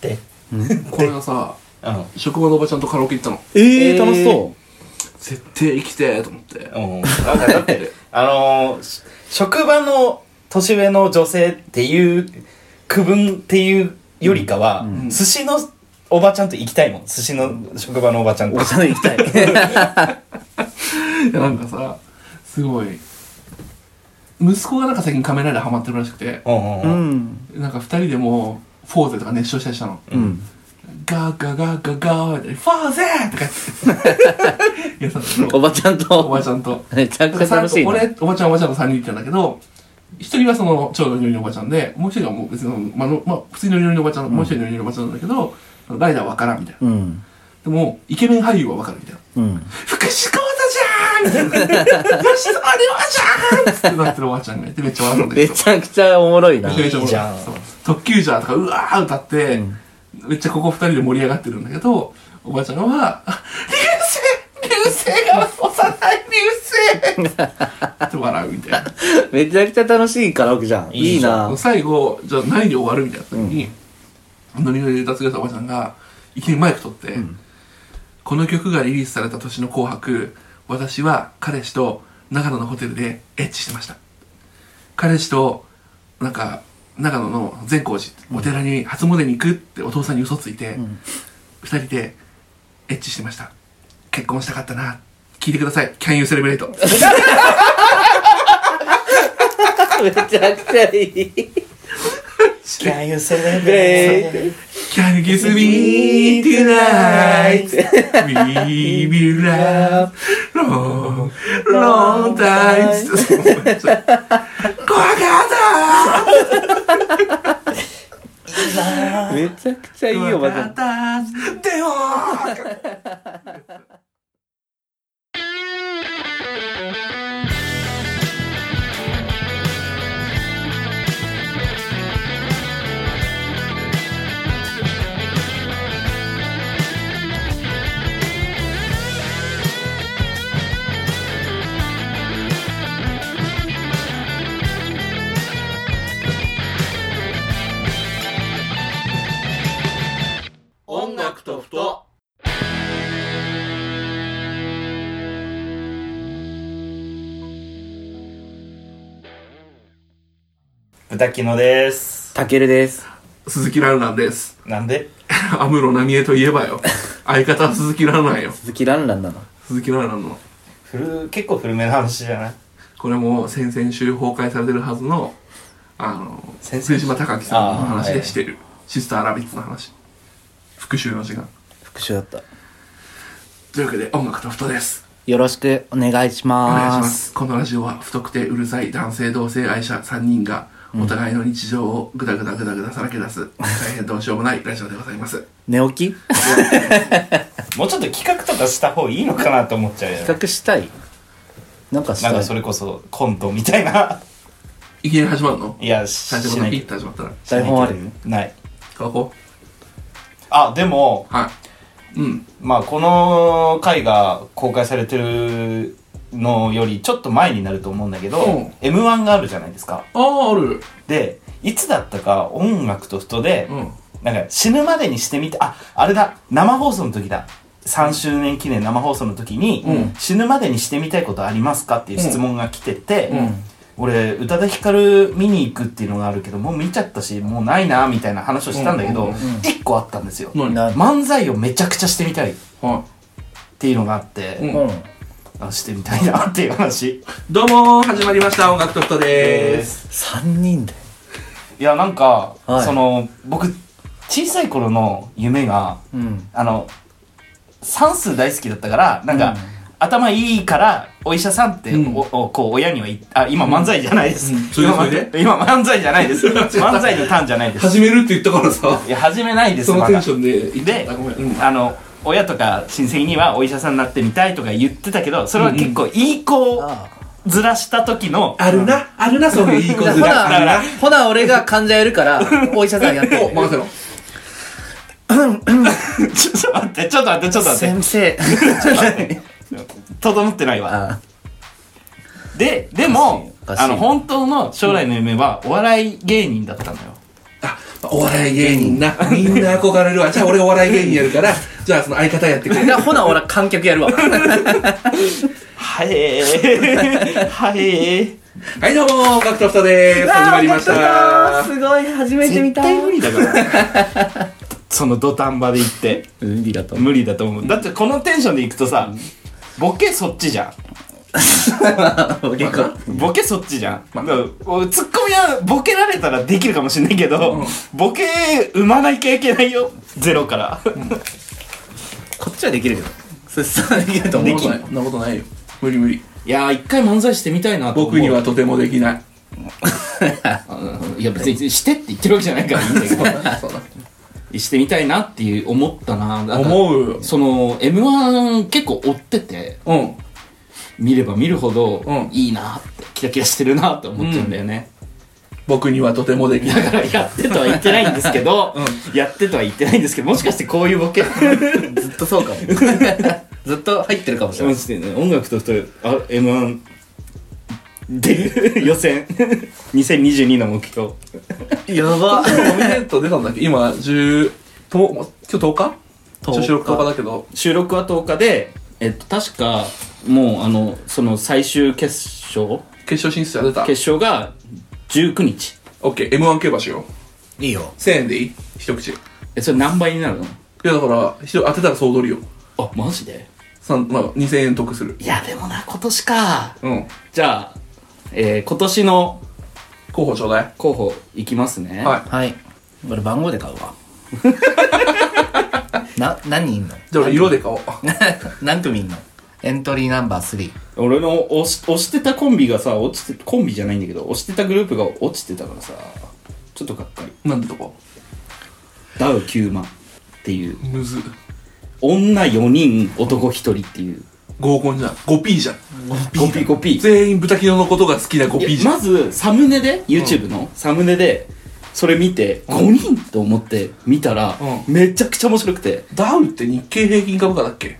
てこれがさうん職場のおばちゃんとカラオケ行ったのええーえ、楽しそ絶対行きてえと思 ってうん、なんかだって、あのーし職場の年上の女性っていう区分っていうよりかは、うんうん寿司のおばちゃんと行きたいもん。寿司の職場のおばちゃんう。とお。茶の行 きたい。いやなんかさすごい息子がなんか最近仮面ライダーハマってるらしくてうんううんうん。ん。なんか二人でもうフォーゼとか熱唱したりしたのうん。ガーガーガーガーガーってフォーゼーと か言っていやそうおばちゃんおばと、ちゃんとめちゃくちゃ楽しいな。俺おばちゃんおばちゃんと3人いたんだけど一人はその超ノリノリのおばちゃんでもう一人はもう別の、まあのまあ、普通にノリノリのおばちゃん、もう一人ノリノリのおばちゃんなんだけどライダーは分からんみたいなうん。でもイケメン俳優は分かるみたいなうん。福士講座じゃーん吉沢亮じゃーんつってなってるおばちゃんがいてめっちゃ笑うんだけめどちゃくちゃおもろいな。めちゃめちゃいいじゃんそう特急ジャーとかうわー歌って、めっちゃここ二人で盛り上がってるんだけどおばちゃんはあ「流星流星が幼い流星」って笑うみたいな。めちゃくちゃ楽しいカラオケじゃん。いいいいじゃな。最後、じゃあ何で終わるみたいな時に、ノリノリで脱出したおばちゃんが、いきなりマイク取って、この曲がリリースされた年の紅白、私は彼氏と長野のホテルでエッチしてました。彼氏と、なんか、長野の善光寺、お寺に初詣に行くってお父さんに嘘ついて、二、人でエッチしてました。結婚したかったな。聞いてください。Can you celebrate? めちゃくちゃいい。 Can you celebrate? え Can you kiss me tonight? We will love long, long time. 怖かったーめちゃくちゃいいおば怖ちゃかんっ。たでも音楽とふと豚キノです。たけるです。鈴木蘭蘭です。なんで安室奈美恵といえばよ。相方は鈴木蘭蘭よ。鈴木ランランなの。鈴木蘭蘭の。古、結構古めの話じゃないこれも先々週崩壊されてるはずの、あの、先々週藤島隆樹さんの話あーはでいしてる。シスターラビッツの話。復讐の時間。復習だった。というわけで、音楽とふとです。よろしくお願いおし願いしま。ますすこのラジオは太くてうるさい男性同性愛者3人がお互いの日常をグダグダグダグダさらけ 出す大変どうしようもないラジオでございます寝起きもうちょっと企画とかした方がいいのかなと思っちゃうよね。企画したいなんかしなんたかい。それこそコントみたいな。いきなり始まるのいや、し最初しのなピいッて始まったら台本あるない。乾こあ、でも、うはいうんまあこの回が公開されてるのよりちょっと前になると思うんだけど、うん m 1があるじゃないですかあああるでいつだったか音楽と人で、うんなんか死ぬまでにしてみてああれだ生放送の時だ3周年記念生放送の時に、うん死ぬまでにしてみたいことありますかっていう質問が来てて、うん俺宇多田ヒカル見に行くっていうのがあるけどもう見ちゃったしもうないなみたいな話をしたんだけうんど、うんう1個あったんですよ、何な漫才をめちゃくちゃしてみたいっはていうのがあって、い、うん、うん。あしてみたいなっていう話どうもー始まりました音楽とふとでーす三人で。 いやなんか、はいその僕小さい頃の夢がうん。あの算数大好きだったからなんか、うん頭いいからお医者さんって、うんおおこう親には言っあ今漫才じゃないです、うんそれで今それ今漫才じゃないです 漫才のターンじゃないです始めるって言ったからさいや始めないですそのまテだンションでであごめん、うん、あの親とか親戚にはお医者さんになってみたいとか言ってたけどそれは結構いい子あずらした時の、あるなあるなそういういい子ほずならあるな、ほな俺が患者やるから、 お医者さんやってお任せろ ちょっと待ってちょっと待ってちょっと待って先生。整ってないわあででもおかしいあの本当の将来の夢はお笑い芸人だったのよあお笑い芸人な。みんな憧れるわ。じゃあ俺お笑い芸人やるから、じゃあその相方やってくれ。じゃあほな俺観客やるわ はえ ー。はえー。はい、どうも、ガクトフタです。始まりました。すごい初めて見絶た対無理だから。 その土壇場で行って。無理だと無理だと思う。だってこのテンションで行くとさ、ボケそっちじゃ結構ん。ボケそっちじゃん。だから俺ツッコミはボケられたらできるかもしれないけど、ボケ生まないきゃいけないよ。ゼロから。こっちはできるよそれさできるそとんな思ことうない。そんなことないよ。無理無理。いやー、一回漫才してみたいなと思う僕にはとてもできない。うんいや別にしてって言ってるわけじゃないからいいんだけそうだ どしてみたいなっていう思ったななんか思う。その m 1結構追っててうん。見れば見るほど、うんいいなってキラキラしてるなって思っちゃうんだよね、僕にはとてもできない。だからやってとは言ってないんですけど、やってとは言ってないんですけどもしかしてこういうボケずっとそうか もずっと入ってるかもしれなマいジでね 音楽としてあ m 1で予選 2022の目標やばノミネート出たんだっけ今、10、ともう今日10日10日収録10日だけど。収録は10日でえっと確かもうあのその最終決勝決勝進出者出た。決勝が19日オッケー、M1 競馬しよう。いいよ1000円でいい一口。いえそれ何倍になるのや、だから、一人当てたら総取りよ。あマジで三まあ、2000円得する。いやでもな今年かうん。じゃあ、えー今年の候補ちょうだい。候補いきますねはい。はい俺番号で買う わな何人いんのじゃあ俺色で買おう。 何組いんのエントリーナンバー3俺の押し押してたコンビがさ落ちてコンビじゃないんだけど押してたグループが落ちてたからさちょっとがっかりなんてとこダウ9万っていうむず。女4人男1人っていう合コンじゃん。5P じゃん。コピーコピー全員豚キノのことが好きな 5P いやじゃん。まずサムネで YouTube の、サムネでそれ見て5人と思って見たら、うめちゃくちゃ面白くてダウって日経平均株価だっけ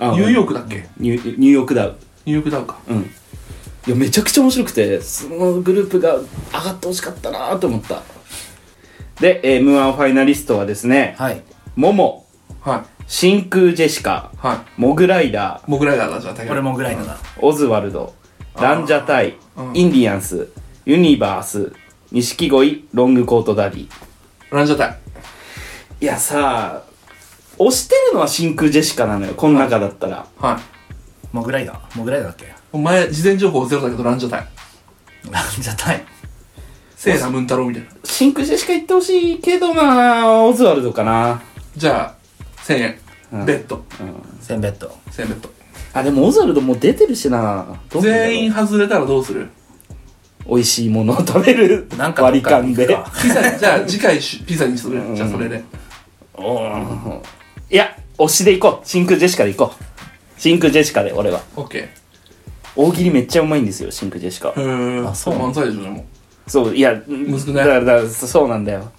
あニューヨークだっけニューニューヨークダウニューヨークダウか。うんいやめちゃくちゃ面白くてそのグループが上がってほしかったなと思ったで m 1ファイナリストはですねはいモモは真空ジェシカい。はモグライダーい。モグライダーだじゃん、俺もぐらいのだオズワルドランジャタイうんインディアンスユニバース錦鯉ロングコートダディランジャタイ。いやさ押してるのは真空ジェシカなのよこの中だったらはモグライダーモグライダーだっけ い。前、事前情報ゼロだけどランジャタイ。ランジャタイセーラムーン太郎みたいな。真空ジェシカ行ってほしいけどまあオズワルドかなじゃあ、1000円。うんベッド。センベッド1000円ベッあでもオズワルドもう出てるしなどド。うすんだろう全員外れたらどうす る美味しいものを食べるなんか割り勘でどっかに行くピザ、じゃあ次回しピザにする。じゃあそれで。うんいや推しで行こう真空ジェシカで行こう真空ジェシカで俺はオッケ大喜利めっちゃうまいんですよ真空ジェシカー。へえ。あそう漫才でしょ、でも。そういやむずくだないからだからそうなんだよ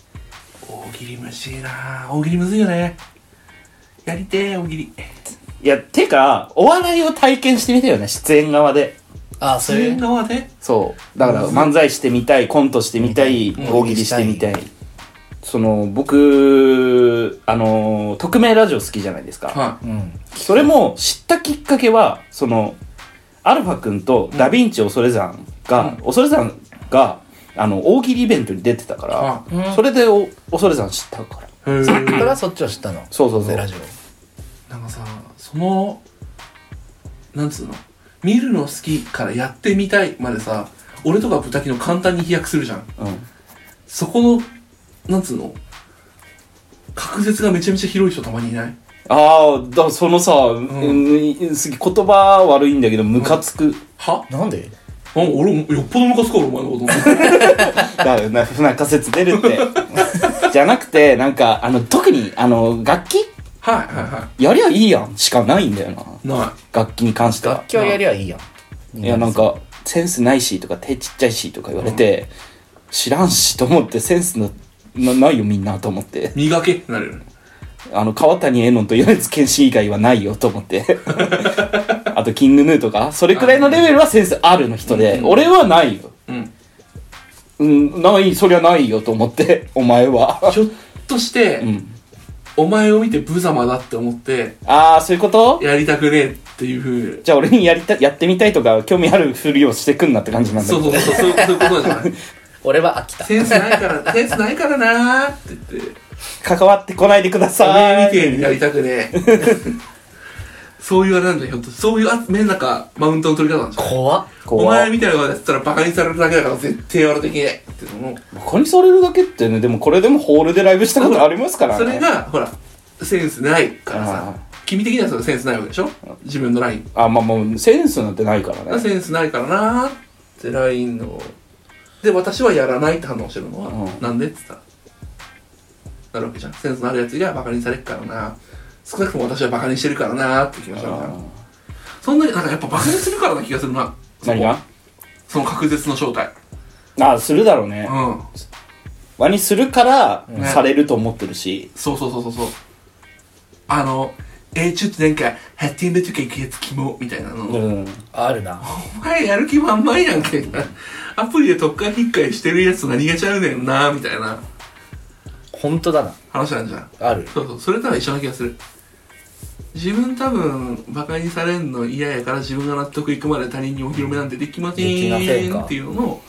大喜利むしいな大喜利むずいよね。やりてー、大喜利。いやてかお笑いを体験してみたいよね出演側でああそ自れ分側でそうだから漫才してみたいコントしてみたい大喜利してみたいその僕あの匿名ラジオ好きじゃないですか、はうんそれも知ったきっかけはそのアルファ君とダヴィンチ恐山が、恐山があの大喜利イベントに出てたかい。うら、んそれでお恐山知ったからへえ。そっからそっちを知ったのそうそうそうでラジオなんかさ、その、なんつうの、見るの好きからやってみたいまでさ、俺とかブタキの簡単に飛躍するじゃん。うそこの、なんつうの、確絶がめちゃめちゃ広い人たまにいないん、ああだそのさ、うん、すげえ言葉悪いんだけどムカつく、はなんであ俺、よっぽどムカつくわ俺お前のこと。だからな不仲説出るって じゃなくてなんかあの特にあの楽器 はいはいは。やりゃいいやんしかないんだよないな楽器に関しては楽器はやりゃいいやんいやなんかセンスないしとか手ちっちゃいしとか言われて、知らんしと思ってセンスのなないよみんなと思ってい。磨けってなるよね。あの川谷絵音と米津玄師以外はないよと思って あとキングヌーとかそれくらいのレベルはセンスあるの人で、俺はないようん。うん、ない、そりゃないよと思って、お前は。 ひょっとして、うん。お前を見て無様だって思って、ああ、そういうことやりたくねえっていうふじゃあ俺にやりた、やってみたいとか、興味あるふりをしてくんなって感じうなんだそけうど。そうそう、そういうそういうことじゃない。俺は飽きたセンスないから、センスないからなーって言って、関わってこないでくだおめさえい。みてえにやりたくねえ。そういうあれなんだよ、ひょっとそういうあ、面なんか、マウントの取り方なんじゃない怖っこおう前みたいなことやってたらバカにされるだけだから絶対俺できねえっていうのも他にされるだけってね、でもこれでもホールでライブしたことありますからね。それが、ほら、センスないからあさ、君的にはそのセンスないわけでしょ自分のライン。あ、まあもう、センスなんてないからね。センスないからなーって LINE ので私はやらないって反応してるのは、うんなんでって言ったらなるわけじゃんセンスのあるやつがバカにされるからな少なくとも私はバカにしてるからなーって気がしたみたいなあそんなになんかやっぱバカにするからな気がするなー何がその確実の正体ああ、するだろうねう。んワニするからん、されると思ってるし。そうそうそうそうそうあのえー、ちょっとなんかハッティングとか行くやつキモみたいなの、うん。あるなお前やる気満々やんけみたいなアプリで特化引っかいしてるやつと何がちゃうねんなみたいな本当だな話なんじゃんあるそうそう、それとは一緒な気がする。自分多分、馬鹿にされんの嫌やから自分が納得いくまで他人にお披露目なんてできませできませんんかっていうのを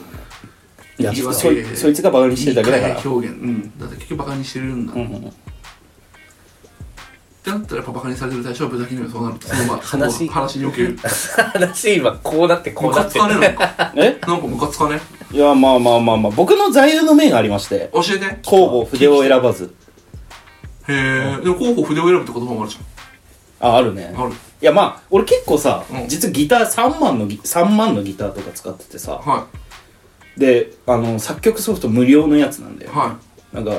いや、言いそ訳いそいつがバカにしてるだけだから。言い換え表現。うん。だって結局馬鹿にしてるんだ。うっんうんてなったらやっぱ馬鹿にされてる対象は無駄気にそうなると、そのまま、話その話における。話今こうなってこムうなカっつてかねなんか。えなんかムカつかねいや、まあまあまあまあ、僕の座右の銘がありまして、教えて。へ交互筆を選ばず。え。でも候補筆を選ぶって言葉もあるじあ、あるねゃ。ん。ある。いや、まあ、俺結構さう、ん実はギター3万のギ、3万のギターとか使っててさ、はで、あの、作曲ソフト無料のやつなんだい。よ。はなんか、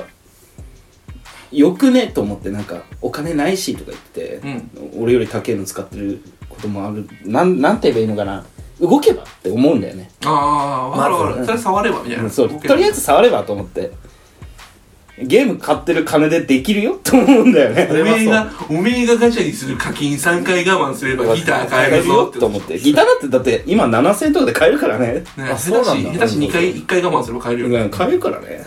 よくねと思って、なんか、お金ないしとか言ってて、俺より高いの使ってることもある。なん、なんて言えばいいのかな。動けばって思うんだよね。い。ああ、わかるわかる。それ触ればみたいな。そう、とりあえず触ればと思って。ゲーム買ってる金でできるよ と思うんだよおね。めえが、おめえがガチャにする課金3回我慢すればギター買えるぞってと思って。ギターだってだって今7000円とかで買えるからね。ね下手あそうし、なん下だ手し2回、1回我慢すれば買えるよ。うん買えるからね。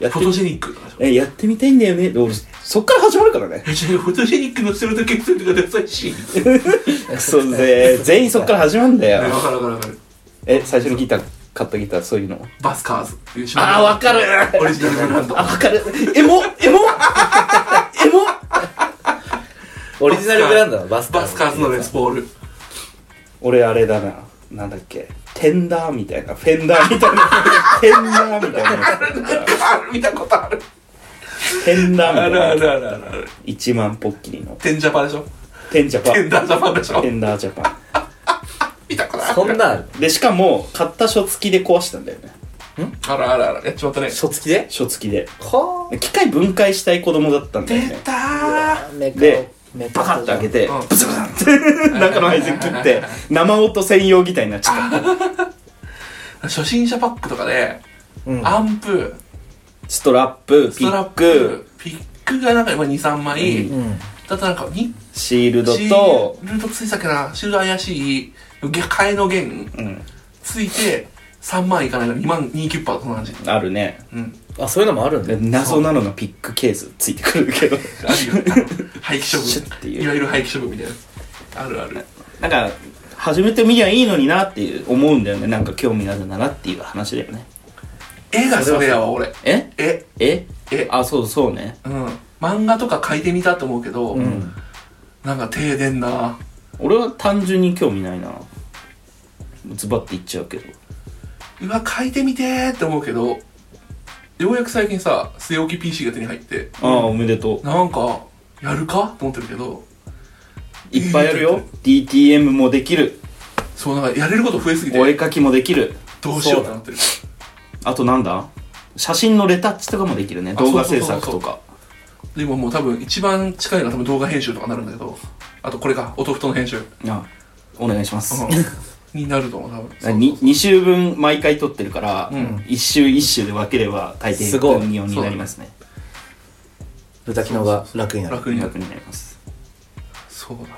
やっフてォトジェニックとかでしょ。えやってみたいんだよね。で俺そっから始まるからね。え、じゃあフォトジェニックのすると結構とかダサいし。ねくそ ぜ。全員そっから始まるんだわよ。かるわかるわかる。え、最初にギター買ったギターそういうの。バスカーズっていうあー、わかるオリジナルブランド。あ、わかるエモエ モエモオリジナルブランドのバスカーバズスカーズのレスポール。俺あれだな。なんだっけ。テンダーみたいな。フェンダーみた いな。テンダーみたいな。ある見たことある。テンダーみたあいるな。あるあるあるある。 1万ポッキリの。テンジャパでしょ。テンジャパテンン。ダージャパンでしょテ。ンダージャパ見たことある。そんなんあるン。で、しかも、買った書付きで壊したんだよね。あるあるある。やっちまったね。書付きで書付きで。は機械分解したい子供だったんだよ出ね。たー。あメカでメカバカって開けてうん、ブツブツって、中の配線切って、生音専用みたいになっちゃった。初心者パックとかで、うんアンプ、ストラップ、スピトラッックプ、、ピックがなんか今2、3枚、ううんだとなんかにシールドシと、ールドついてたっけな、シールド怪しい、替えの弦うん、ついて3万いかないから2万、2キュッパーと同じ。あるね。うん。あそういうのもあるんだで謎なのがピックケースついてくるけど。あるよ。あの廃棄シュ処ッて分。いういわゆる廃棄処分みたいなやつ。あるある。 なんか、始めてみりゃいいのになっていう思うんだよね。なんか興味あるならっていう話だよね。絵がそれやわ、俺。え絵。ええあ、そうそうね。うん。漫画とか書いてみたと思うけど、んなんか手出んな俺は単純に興味ないな。ズバッて言っちゃうけど。うわ、書いてみてーって思うけど、ようやく最近さ、据え置き PC が手に入って、ああ、おめでとう。なんか、やるかと思ってるけど、いっぱいあるよ。DTM もできる。そう、なんかやれること増えすぎて、お絵描きもできる。どうしようってなってる。あとなんだ写真のレタッチとかもできるね。あ動画そう制そうそう作そうとか。で今もう多分一番近いのは多分動画編集とかになるんだけどあとこれか音布団の 編集、うん、あお願いします。になると思う多分そうそう に2週分毎回撮ってるから、うん一週一週で分ければ大抵すごい分業になりますね。豚キノが楽になる楽になる楽になります。そうだね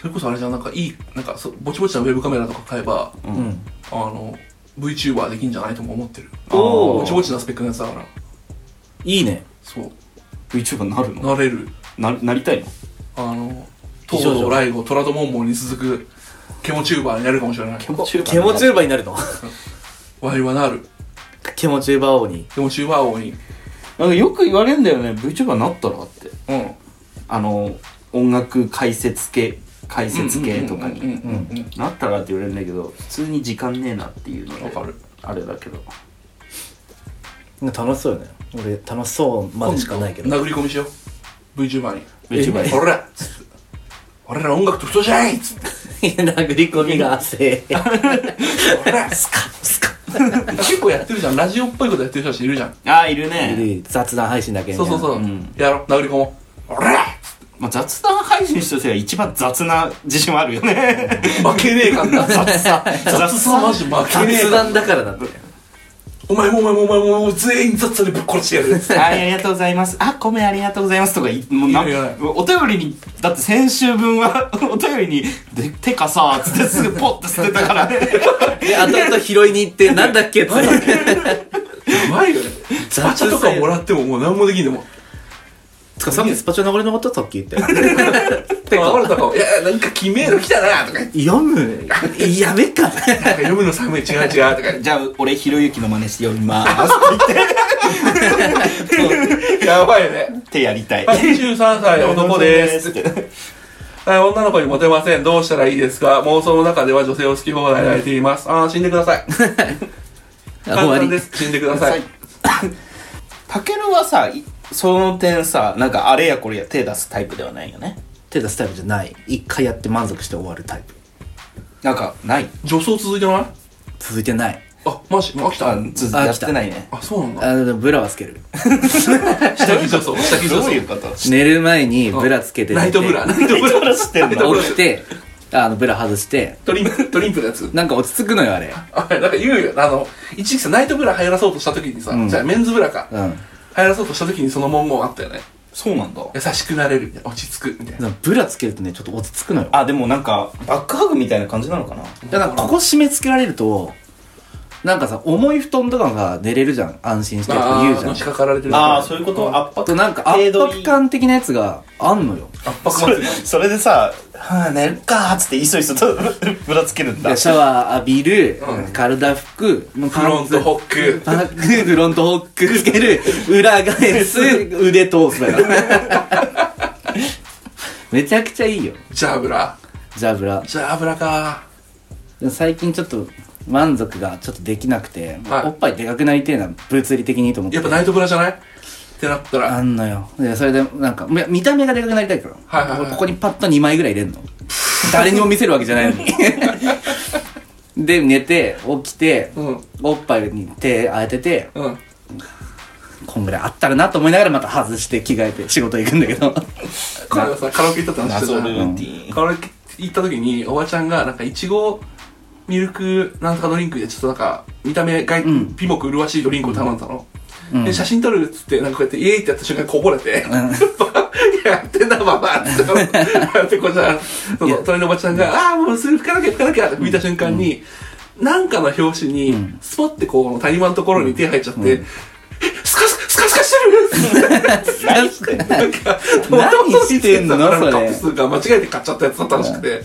それこそあれじゃんなんかいいなんかそぼちぼちなウェブカメラとか買えばう。うんんあの VTuber できんじゃないとも思ってるおぼちぼおちなスペックのやつだからいいねそう VTuber なるのなれるななりたいのあの非東常堂ライゴ虎とモンモンに続くケモチューバーになるかもしれないケモおチューバーケモチューバーになるのワイはなるケモチューバー王に。ケモチューバー王になんかよく言われるんだよね VTuber なったらってうんあの音楽解説系解説系とかうんうんにうんうんなったらって言われるんだけど普通に時間ねえなっていうのうんわかがるあれだけど楽しそうよね。俺、楽しそうまでしかないけど。殴り込みしよう VTuber に VTuber に俺らっつって俺ら音楽特徴じゃないっつって殴り込みが 汗。俺らスカスカ。結構やってるじゃんラジオっぽいことやってる人たちいるじゃんああいるね雑談配信だけみたそいうなそうそうう、んやろう殴り込もう俺らっつってまあ、雑談配信としては一番雑な自信はあるよね 負けねえ感だ雑さ 雑さマジ負けねえ感雑談だからだって。お前もお前もお前もお前も全員雑さでぶっ殺してやるはいありがとうございますあ米ありがとうございますとかいもうないやいやお便りにだって先週分は お便りにで「てかさ」っつってすぐポッて捨てたからねで、後々拾いに行 って、なんだっけって。やばいよね雑バチャとかもらってももう何もできんでもつか、さっきスパチャ流れなかったさっき って。てか俺とかいやなんかキメえの来たなとか言って読むやめっか。なんか読むの寒い違う違うとか言 っじゃあ俺ひろゆきの真似して読みま ーてやばいよねすってやりたいはい23歳の 男です。はい、女の子にモテません。どうしたらいいですか妄想の中では女性を好き放題抱いています。あー、死んでください。終わ簡単でり。す。死んでください。たけるはさいその点さなんかあれやこれや手出すタイプではないよね手出すタイプじゃない。一回やって満足して終わるタイプ。なんかない女装続いてない続いてない。あ、マジ飽きたあずあやってないねあ、そうなんだ。あの、ブラはつけ る。下着女装、下着ど女う装い。うこと寝る前にブラつけてナ寝てイトブ ラ、ナイトブラ。知ってんの起きて、あの、ブラ外して、トリンプ、トリンプのやつ。なんか落ち着くのよ、あれ。あ、なんか言うよ。あの、一時期さ、ナイトブラ流行らそうとした時にさ、うんじゃあメンズブラか。う流ん。行らそうとした時にその文言あったよね。そうなんだ優しくなれるみたいな。落ち着くみたいな。ブラつけるとね、ちょっと落ち着くのよ。あでもなんかバックハグみたいな感じなのかなだから、ここ締め付けられると、なんかさ、重い布団とかが寝れるじゃん。安心してとか言うあじー、ゃのんし。かかられてる。ああそういうこと圧あと迫なんか圧迫感的なやつがあんのよ。圧迫そ祭れり。それでさ「はあ寝るか」っつっていそいそと ぶらつけるんだでシャワー浴びる、うん体拭く、フロントホックパンツパンツフロントホックつける、裏 返す、腕通すだから。 めちゃくちゃいいよ、ジャーブラ。ジャブラ。ジャーブラか。最近ちょっと満足がちょっとできなくて、はいおっぱいでかくなりてえな、物理的にと思って。やっぱナイトブラじゃないってなったら、あんのよ。で、それで、なんか、み見た目がでかくなりたいから。はいはいはいここにパッと2枚ぐらい入れんの。誰にも見せるわけじゃないのに。 で、寝て、起きて、うん。おっぱいに手当てて、うん。こんぐらいあったらなと思いながらまた外して着替えて仕事行くんだけど。これはさ、カラオケ行ったって話し謎てルたじゃんーティーンカラオケ行った時に、おばちゃんが、なんか、いちご、ミルク、なんとかドリンクで、ちょっとなんか、見た目が、ん美目麗しいドリンクを頼んだの。うんで、写真撮るっつって、なんかこうやって、イエーイってやった瞬間こぼれて、 やってんな、ばばって、やってこうじ ゃん、その、隣のおばちゃんが、ああ、もうすぐ拭かなきゃ拭かなきゃって見た瞬間に、なんかの拍子に、スポってこう、谷間のところに手入っちゃって、スカスカ、スカスカしてる何してんのなんか、何してんのなんかそれカップ数が間違えて買っちゃったやつだったらしくて、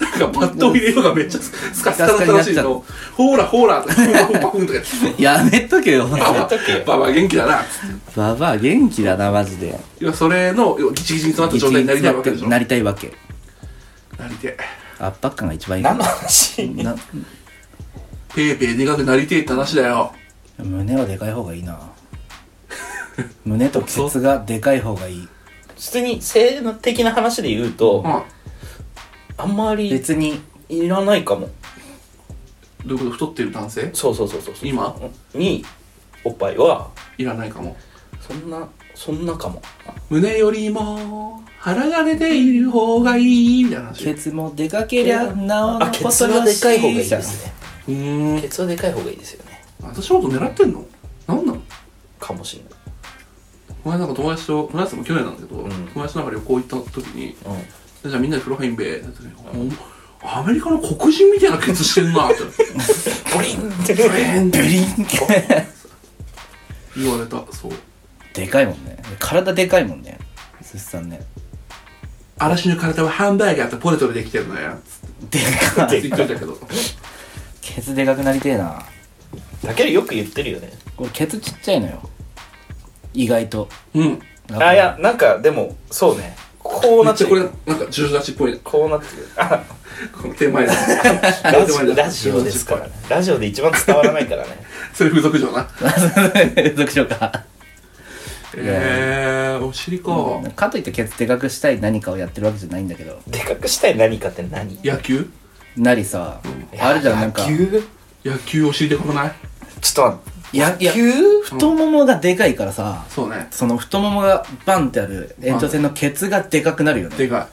なんかバットを入れようがめっちゃスカスカだったらしいの。ほーらほーら、ほーらほーらとか言って、 やめとけよ。ババア元気だな。ババア元気だな、マジで。要はそれの、要はギチギチに詰まった状態になりたいわけでしょ。ななりたいわけ。りてえ。圧迫感が一番いいか何ら。の話なペーペーでかくなりてえって話だよ。胸はでかい方がいいな。胸とケツがでかい方がいい。普通に性能的な話で言うと、まあ、あんまり別に、いらないかもどういうこと太ってる男性そうそうそうそうそう今におっぱいはいらないかも。そんなそんなかも胸よりも腹が出ている方がいい、みたいな話。ケうツもでかけりゃ、なおあのケこツとはよでしかい方がいいですねーん。ケツはでかい方がいいですよね私のこと狙ってんのなんなのかもしれないこの間なんか友達と、友達とも去年なんだけど、うん友達となんか旅行行った時に、うんじゃあみんなで風呂入んべって言った時に、おアメリカの黒人みたいなケツしてんなって。ブリンっブリンブリン言われたそうでかいもんね体でかいもんね寿司さんね嵐の体はハンバーガーとポテトでできてるのやつでかってい言っといたけどケツでかくなりてえなだけどよく言ってるよね俺ケツちっちゃいのよ意外とうんあいやなんかでもそうねこうめなっっちてゃこれるなんか重々立ちっぽいこうなってるあこの手前だラジオラジオですからねラジオで一番伝わらないからねそれ風俗嬢な属性かえー、お尻か、かといってケツでかくしたい何かをやってるわけじゃないんだけどでかくしたい何かって何野球なりさあるじゃんなんか野球野球お尻でかくないちょっとや待って野球太ももがでかいからさそうねその太ももがバンってある延長線のケツがでかくなるよねでか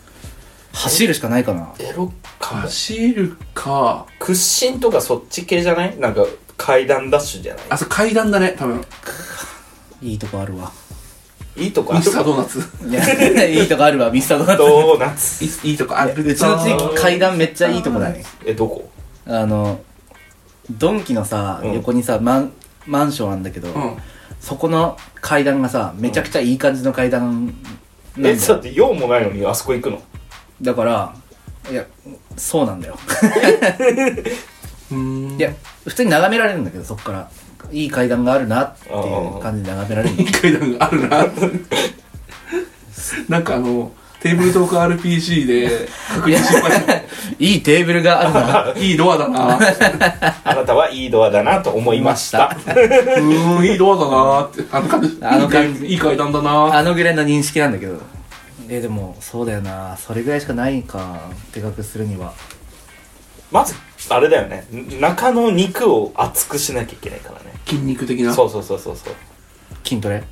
走るしかないかなエロいかも走るか屈伸とかそっち系じゃないなんか階段ダッシュじゃないあそう階段だね多分いいとこあるわいいとこあミるスタードーナツいや いいとこあるわミスタードーナツドーナツいいいとこあるうちの地域階段めっちゃいいとこだねえどこあのドンキのさ、うん横にさマンマンションあんだけど、うんそこの階段がさめちゃくちゃいい感じの階段なんだえよだって用もないのにあそこ行くのだからいやそうなんだようーんいや普通に眺められるんだけどそっからいい階段があるなっていう感じで眺められる いい階段があるななんかあのテーブルトーク RPG で確認失敗しいいテーブルがあるなたいいドアだなあなたはいいドアだなと思いましたうーんいいドアだなーってあの感じあの感じいい階段だなーあのぐらいの認識なんだけどえでもそうだよなそれぐらいしかないかでかくするにはまずあれだよねん中の肉を厚くしなきゃいけないからね筋肉的なそうそうそうそうそう筋トレ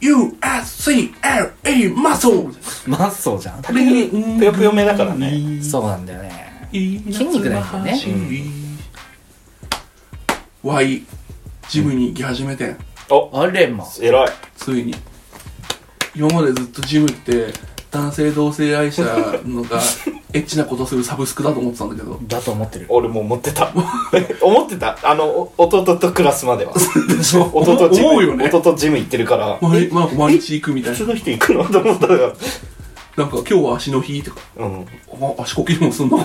MUSCLE マッソーマッソじゃんたけにぷよぷよめだからねそうなんだよね筋肉なんだよねわいジムに行き始めてんおあれま偉いついに今までずっとジムって男性同性愛者のがエッチなことするサブスクだと思ってたんだけどだと思ってる俺もう持ってた 思ってたあのお弟とクラスまでは弟とジム思うよね弟とジム行ってるから毎えなんか毎日行くみたい普な通の人行くのと思ったからなんか今日は足の日とかうんあ足こきでもすんな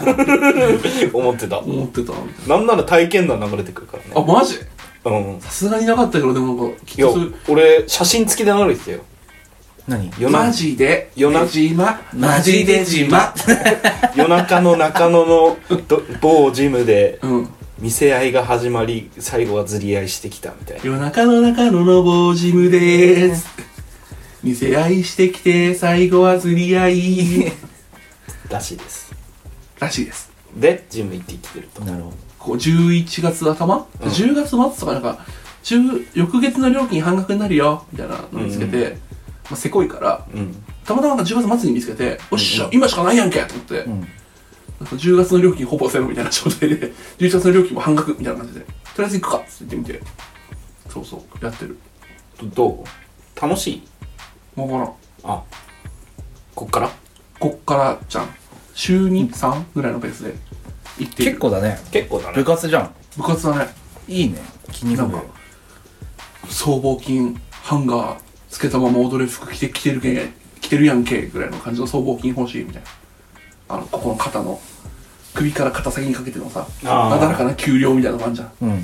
思ってた思ってたみたいなんなら体験談流れてくるからなあねマジうんさすがになかったけどでもなんかきっいやとそういう俺写真付きで流れてたよ何夜なマジで夜な出島マジで島夜中の中野のど某ジムでうん見せ合いが始まり最後はずり合いしてきたみたいな夜中の中野の某ジムでーす見せ合いしてきて最後はずり合いらしいですらしいですでジム行って生きてるとなるほどこう11月頭、うん10月末とかなんか10翌月の料金半額になるよみたいなの見つけて、まあ、せこいからうんたまたまなんか10月末に見つけて「おっしゃ、今しかないやんけ!」と思って、なんんか10月の料金ほぼゼロみたいな状態で11月の 料金も半額みたいな感じでとりあえず行くかっつって言ってみてそうそうやってるどどう楽しいわからんあこっからこっからじゃん週に3ぐらいのペースで行っている結構だね結構だね部活じゃん部活だねいいね筋肉な部んか僧帽筋ハンガーつけたまま踊れる服着て着てるけん着てるやんけぐらいの感じの僧帽筋欲しいみたいなあのここの肩の首から肩先にかけてのさあーなだらかな給料みたいなのがあんじゃんうん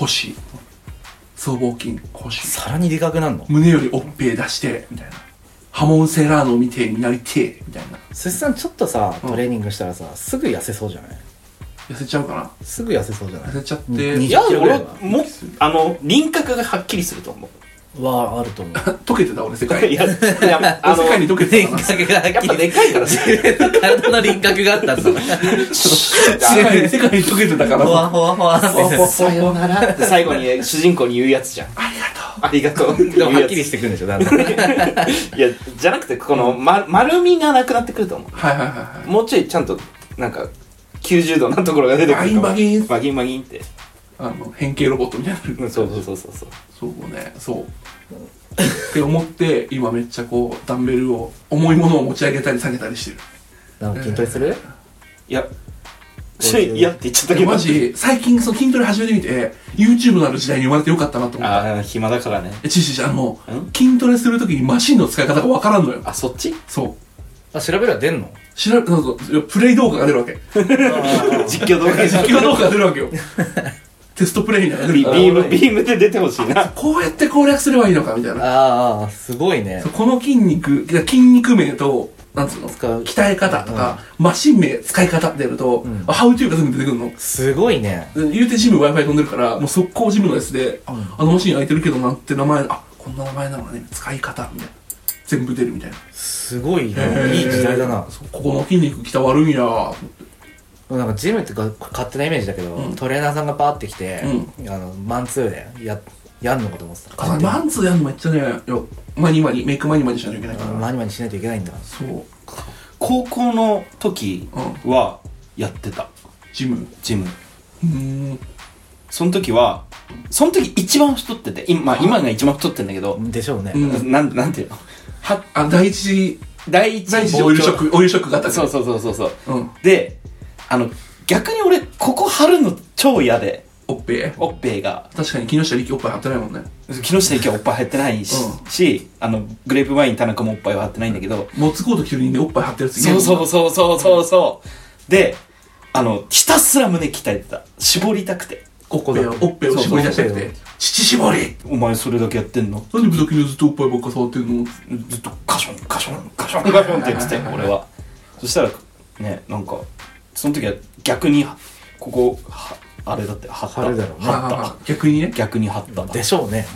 欲しい僧帽筋欲しいさらにでかくなんの胸よりおっぺい出してみたいなハモンセラーノみてえになりてえみたいなすしさんちょっとさうんトレーニングしたらさすぐ痩せそうじゃない痩せちゃうかすぐ痩せそうじゃな痩なせいちゃってにいや20キロぐら俺いはもあの輪郭がはっきりすると思うはあると思う溶けてた俺世界いやいやあ あの世界に溶けて輪たな郭 がはっやっきぱりでかいからね体の輪郭があ ったんだ 世界 世界に溶けてたからほわほわほわほわほわってほわほわで最後にね主人公に言うやつじゃんありがありがとうってで言もうはっやきつりしてくるんでしょだんだんいやじゃなくてこの、ま、丸みがなくなってくると思とうはいはいはいはいうもうちょいちゃんとなんか90度なところが出てくると思うバギンバギンバギンバギンって、あの変形ロボットみたいになうん、そうそうそうそうそうそうねそうって思って今めっちゃこうダンベルを重いものを持ち上げたり下げたりしてるなんか筋トレするいやちょい嫌って言っちゃったけどマジ最近その筋トレ始めてみて YouTube のある時代に生まれてよかったなと思ったああ暇だからねえちしちあの筋トレするときにマシンの使い方がわからんのよあそっちそうあ、調べれば出んの調べそうそうプレイ動画が出る わけ実況動画実況動画が出る わけよテストプレイみたいなのが出ビるからビームビームで出てほしいなこうやって攻略すればいいのかみたいなああ、すごいねそうこの筋肉筋肉名となんつうの使う鍛え方とか、マシン名使い方ってやると、んあハウトゥーがすぐ出てくるのすごいね。言うてジム Wi-Fi 飛んでるから、もう速攻ジムのやつで、ああのマシン空いてるけどなんて名前、あ、こんな名前なのね、使い方、みたいな。全部出るみたいな。すごいへな。ーいい時代だな。そうここの筋肉きた悪いんやーなんかジムってか勝手なイメージだけど、うんトレーナーさんがパーって来て、あの、マンツーでや、やんのかと思ってた。あ、マンツーやんのめっちゃね、よ、マニマニ、メイクマニマニしなきゃいけないから。マニマニしないといけないんだ。そう。高校の時うはやってたジム。ジムうーん。その時はその時一番太ってて今、まあ、今が一番太ってんだけど、でしょうね。うんなんなんていうのはあ、第一次、第一第一次オイルショック、オイルショックがあったそうう。そうそうそうそううん。であの逆に俺ここ貼るの超嫌でおっぺおっぺいが確かに木下力おっぱい張ってないもんね。木下ゆきはおっぱい入ってないし,、うしあのグレープワイン田中もおっぱいは入ってないんだけど、モッツコート着てる人でおっぱい張ってるやつい。そうそううそうそうそうそうであのひたすら胸鍛えてた絞りたくておっぺいを、おっぺいを絞り出したくて。乳絞りお前それだけやってんのなんで無責任ずっとおっぱいばっか触ってんのずっとカションカションカションカションって言ってたよ俺はそしたらねなんかその時は逆にここはあれだって貼った貼るだろうね貼っ逆にねた。逆に貼ったでしょうね。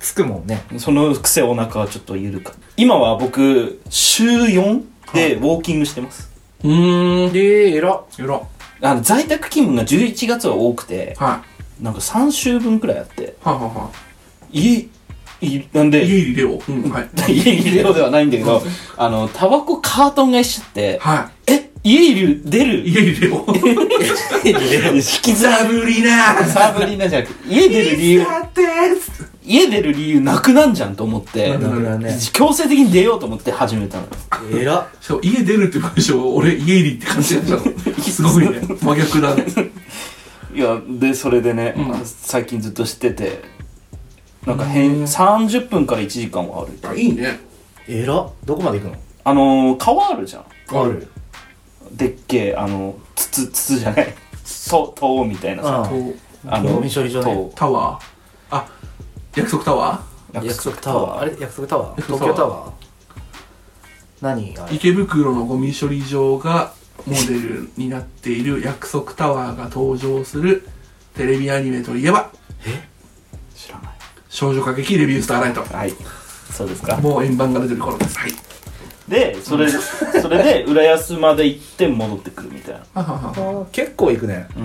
つくもんね。そのくせお腹はちょっと緩かった今は僕週4でウォーキングしてます、うーん。ええ、偉っ。やろあの在宅勤務が11月は多くてう。はい。なんか3週分くらいあってはいは家いなんいはでい。家入りレオ。うん。はい。家入れようではないんだけどあのタバコカートン買いしちゃってはえ家入る出い。る家入りレオ。引きずザブリナーサーブリーナじゃなくて家出る理由だです家出る理由なくなんじゃんと思ってなくなるね強制的に出ようと思って始めたの偉っ。しかも家出るって文章、俺家入りって感じだった。すごいね。真逆だね。いやでそれでね、うんあ最近ずっとしててなんかう変ん30分から1時間は歩いてあ、いいね。偉っ。どこまで行くのあのー、川あるじゃんある。でっけえあの筒筒じゃないと塔みたいなさあと、あゴミ処理場ねタワー。あ、約束タワ塔約束タワー。あれ約束タワー約束タワー東京タワー何あーれ池袋のゴミ処理場がモデルになっている約束タワーが登場するテレビアニメといえば、知らない少女歌劇レビュースターライト。はいそうですかもう円盤が出てる頃です。はい。でそれ、 それで浦安まで行って戻ってくるみたいなはははあー結構行くねうん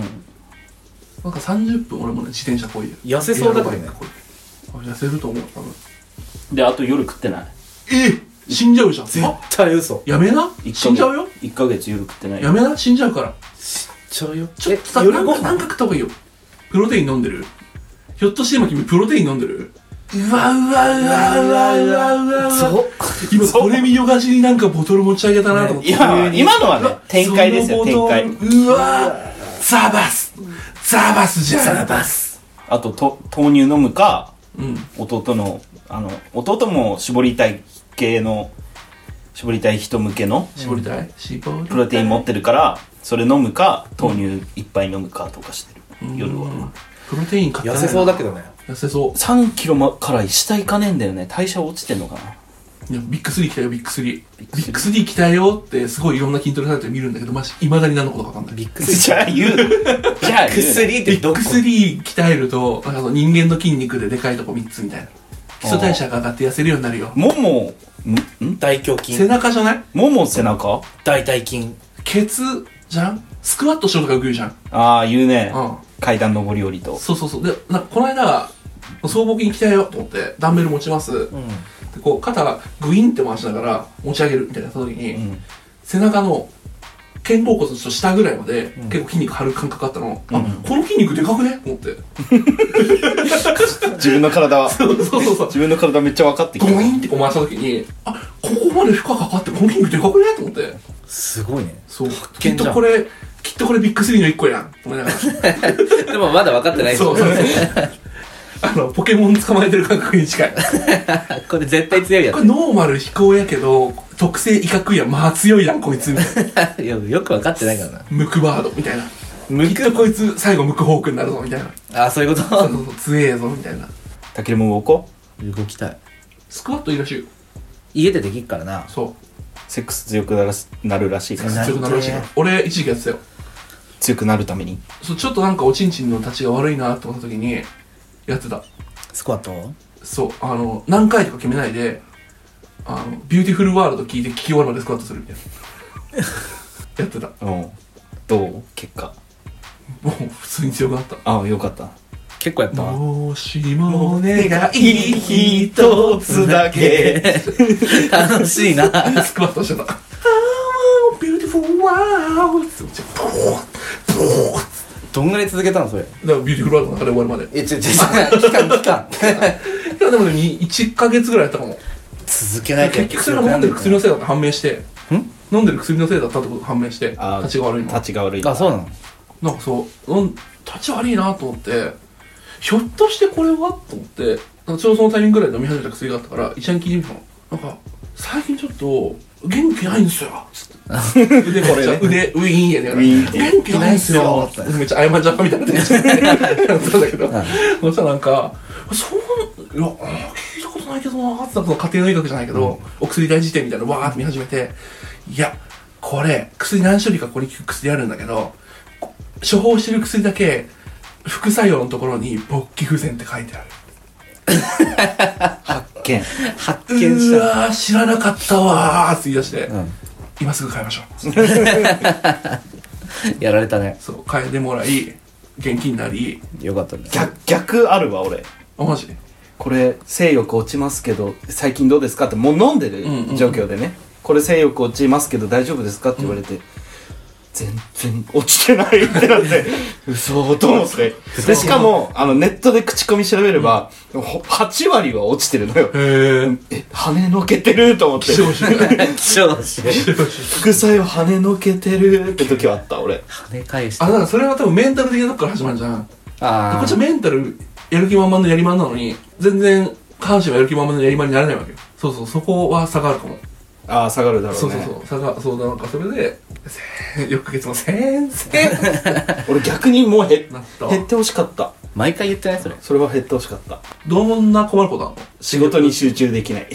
なんか30分俺もね自転車こいで痩せそうだけどねエアロバイク漕いであ痩せると思う多分であと夜食ってないえ死んじゃうじゃんあ絶対嘘やめな死んじゃうよ1ヶ月夜食ってないやめな死んじゃうからちゃうよちょっとさ夜ごなんかなんか食った方がいいよプロテイン飲んでるひょっとして今君プロテイン飲んでるうわうわうわうわうわうわうわそう今これ見よがしになんかボトル持ち上げたなと思って、いや今のはね展開ですよその展ボトル開うわザバスザバスじゃんザバスあとと豆乳飲むかうん弟のあの弟も絞りたい系の絞りたい人向けの絞りたい絞りプロテイン持ってるからそれ飲むか豆乳一杯飲むかとかしてる、夜うんはプロテイン買って痩ないせそうだけどね痩せそう3キロまから下行かねえんだよね代謝落ちてんのかないやビッグスリー来たよビッグスリービビッグスリーッグスリー来たよってすごいいろんな筋トレサイトで見るんだけどまじいまだに何のことか分かんないビびっくりしじゃあ言うじゃあた言う薬ってッどこグスリー鍛えるとなんかその人間の筋肉ででかいとこ3つみたいな基礎代謝が上がって痩せるようになるよももんん大胸筋背中じゃないもも背中大腿筋ケツじゃんスクワットしろとかよく言うじゃんああ言うね、うん階段上り下りとそうそうそうでなんかこの間僧帽筋鍛えようと思ってダンベル持ちます、うでんこう肩グインって回しながら持ち上げるみたいな時に、うん背中の肩甲骨のちょっと下ぐらいまで結構筋肉張る感覚あったの、あこの筋肉でかくねと思って自分の体はそうそうそうそう自分の体めっちゃ分かってきドたインってこう回した時にあここまで負荷かかってこの筋肉でかくねと思ってすごいねそう見きじゃんっとこれきっきっとこれビッグスリーの一個やん。思いながら。でもまだ分かってないですそうそうそう。あの、ポケモン捕まえてる感覚に近い。これ絶対強いやこれノーマル飛行やけど、特性威嚇やん。まあ強いやん、こいつ。みたいなつ。 いやよく分かってないからな。ムクバード、みたいな。きっとこいつ最後ムクホークになるぞ、みたいな。あ、そういうこそうとそうそう、強えぞ、みたいな。たけるも動こう 動きたい。スクワットいいらしいよ。家でできっからな。そセックス強くならすなるらしいかう。ならる強くなるらしいから。俺、一時期やってたよ。強くなるためにそう、ちょっとなんかおちんちんの立ちが悪いなって思った時に、やってた。スクワットそう、あの、何回とか決めないで、あの、ビューティフルワールド聞いて聞き終わるまでスクワットするみ たいな。やってた。もうんどう結果う普通に強くなった。ああよかった結構やったわ。どうしも願い一つだけ。楽しいな。スクワットしてた。Oh, beautiful world! ってめっちゃポーッポーッどんぐらい続けたのそれ。だからビューティフルワールドの中で終わるまで。え、ちょ、ちょ、期間、期間。いやでもね、1ヶ月ぐらいやったかも。 続けないと結局それが飲んでる薬のせいだって判明して、飲んでる薬のせいだったってことが判明して、あー立ちが悪いの。立ちが悪いあ、そうなのなんかそう、うん、立ち悪いなと思って、ひょっとしてこれはと思って、なんかちょうどそのタイミングぐらいで飲み始めた薬があったから、医者に聞いてみたの。なんか、最近ちょっと、元気ないんですよ。つって。腕これ、腕、ウィーンやねウィーンって元気ないんですよ。めっちゃ謝っちゃったみたいなテンションでやったんだけど、そしたらなんか、そう、いや、あー聞いたことないけどなーって、なんかその家庭の医学じゃないけど、お薬大辞典みたいなのわーって見始めて、いや、これ、薬何種類かここに効く薬あるんだけど、処方してる薬だけ副作用のところに勃起不全って書いてあるけん発う見しーた。わー知らなかったわーって言い出して、ん今すぐ変えましょうやられたね。そう変えてもらい現金になりよかったね。逆逆あるわ俺あマジこれ性欲落ちますけど最近どうですかってもう飲んでるうんうんうん状況でね、これ性欲落ちますけど大丈夫ですかって言われて、全然落ちてないってなって 嘘と思ってでしかもあのネットで口コミ調べれば、ほ8割は落ちてるのよへええ羽のけてると思って 希少種気象し。副作用羽のけてるって時はあった俺跳ね返し あた。だからそれは多分メンタル的なとこから始まるじゃんこあっちはメンタルやる気満々のやりまんなのに全然関心はやる気満々のやりまんになれないわけよそうそうそこは差があるかもああ下がるだろうねそうそうそう差がそうだなんかそれでせー翌月も先生 俺逆にもう減なった減ってほしかった毎回言ってないそれ。それは減ってほしかったどんな困ることあんの仕事に集中できない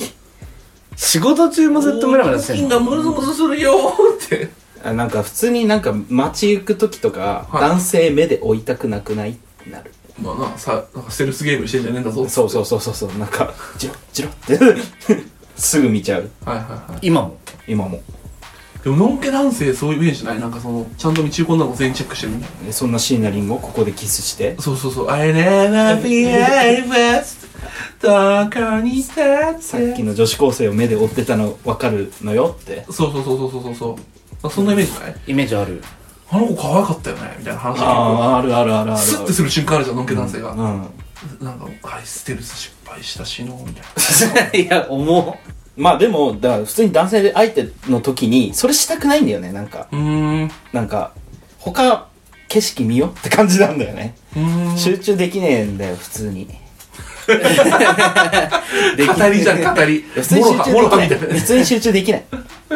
仕事中もずっとムラムラして金んがのムズムズするよーって あなんか普通になんか街行く時とか、はい男性目で追いたくなくないってなるまあなさなんかセルフゲームしてんじゃねえんだぞそうそうそうそうそうなんかジロッジロッって すぐ見ちゃうはいはいは今も。今もいでものんけ男性そういうイメージないなんかそのちゃんと道中こんなの全員チェックしてるみたいえそんな椎名林檎ここでキスしてなそうそうそう I never be a best どこに立ってさっきの女子高生を目で追ってたの分かるのよってそうそうそうそうそうそうあそんなイメージないイメージある。あの子可愛かったよねみたいな話聞あああるあるあるあるくスッてする瞬間あるじゃんのんけ男性が、うんなんかアイステルス失敗したしのみたいないや、重っ。まあでもだから普通に男性で相手の時にそれしたくないんだよねなんかうーんうなんか他景色見よって感じなんだよねーん集中できねえんだよ普通に語りじゃん語り普通にも集ろは中もろはでみたきいなない普通に集中できない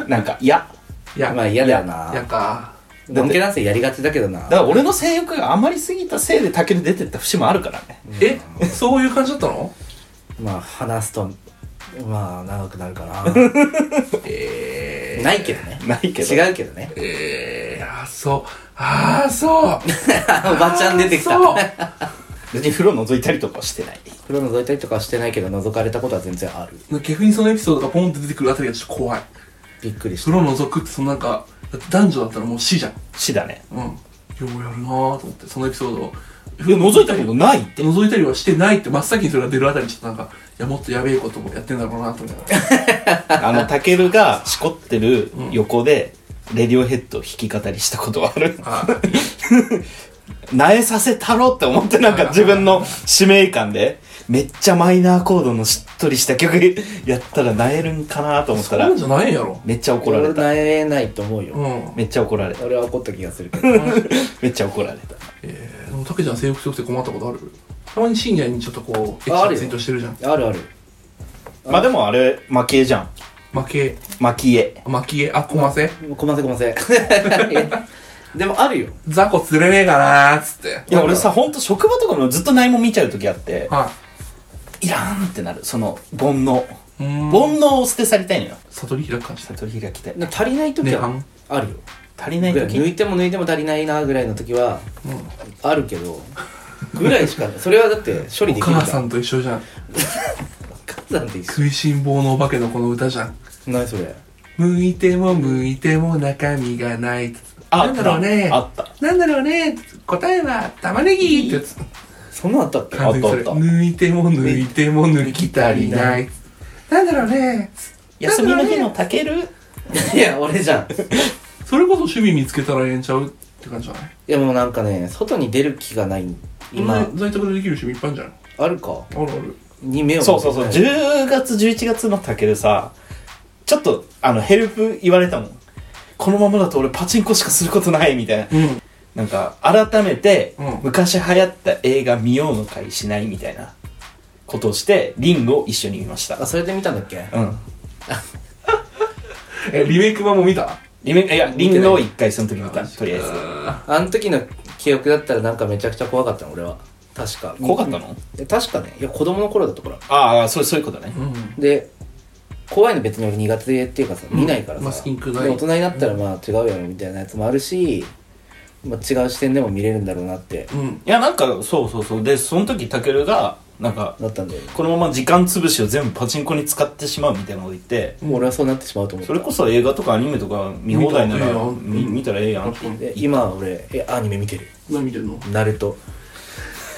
なんかいやいや、まあ嫌だよな。やかのんけ男性やりがちだけどなだか。ら俺の性欲が余りすぎたせいでタケル出てった節もあるからねえそういう感じだったのまあ、話すと、まあ、長くなるかな。えないけどね。ないけど違うけどね。ー、えー、あそうああそうおばちゃん出てきた。そう別に風呂覗いたりとかはしてない風呂覗いたりとかはしてないけど、覗かれたことは全然ある。逆にそのエピソードがポンって出てくるあたりがちょっと怖いびっくりし風呂覗くってそのなんかだって男女だったらもう死じゃん死だねうんようやるなーと思ってそのエピソードをいや覗いたことないって覗いたりはしてないって真っ先にそれが出るあたりちょっとなんかいやもっとやべえこともやってんだろうなと思ってあのタケルがしこってる横でレディオヘッドを弾き語りしたことはあるあ苗させたろって思ってなんか自分の使命感でめっちゃマイナーコードのしっとりした曲やったらなえるんかなと思っそたうらなんじゃないんやろめっちゃ怒られ俺たなえないと思うよ、うんめっちゃ怒られた俺は怒った気がするけどめっちゃ怒られたえー、でもたけちゃん制服強くて困ったことあるたまに深夜にちょっとこうエッチああなるよツイートしてるじゃんあるあるまあでもあれ負けじゃん負け負け負けあこませこませこませ でもあるよ雑魚釣れねえかなーっつっていや俺さほんと職場とかもずっと何も見ちゃう時あってはいらんってなるその煩悩い煩ボン悩を捨て去りたいのよ悟り開く感じだ悟り開きたいな足りない時ねは半あるよ足りない時抜いても抜いても足りないなぐらいの時はうんあるけどぐらいしかそれはだって処理おできるから母さんと一緒じゃんお母さんって一緒食いしん坊のお化けのこの歌じゃん何それ向いても向いても中身がないあなんだろうねあったなんだろうね答えは玉ねぎってやつそんなのあったっけ完全にそれあったあった抜いても抜いても抜き足りないなんだろうね休みの日のたけるいや俺じゃんそれこそ趣味見つけたらええんちゃうって感じじゃないいやもうなんかね外に出る気がない今在宅でできる趣味いっぱいあるんじゃないあるかあるあるに目をそうそうそう向けて10月11月のたけるさちょっとあのヘルプ言われたもんこのままだと俺パチンコしかすることないみたいなうんなんか改めてうん昔流行った映画見ようの会しないみたいなことをしてリングを一緒に見ましたあそれで見たんだっけうんえリメイク版も見たリメいやリングを一回その時見たあとりあえずあの時の記憶だったらなんかめちゃくちゃ怖かったの俺は確か怖かったのえ確かねいや子供の頃だったからああそうそういうことねうんで怖いの別に俺苦手っていうかさ見ないからさ、まあ好きに食わないで大人になったらまあ違うやろみたいなやつもあるし、まあ、違う視点でも見れるんだろうなってうんいやなんかそうそうそうでその時たけるがなんかなったんだよねこのまま時間潰しを全部パチンコに使ってしまうみたいなこと言ってもう俺はそうなってしまうと思っそたれこそ映画とかアニメとか見放題なら見見たらええやんってで今俺えアニメ見てる何見てるのナルト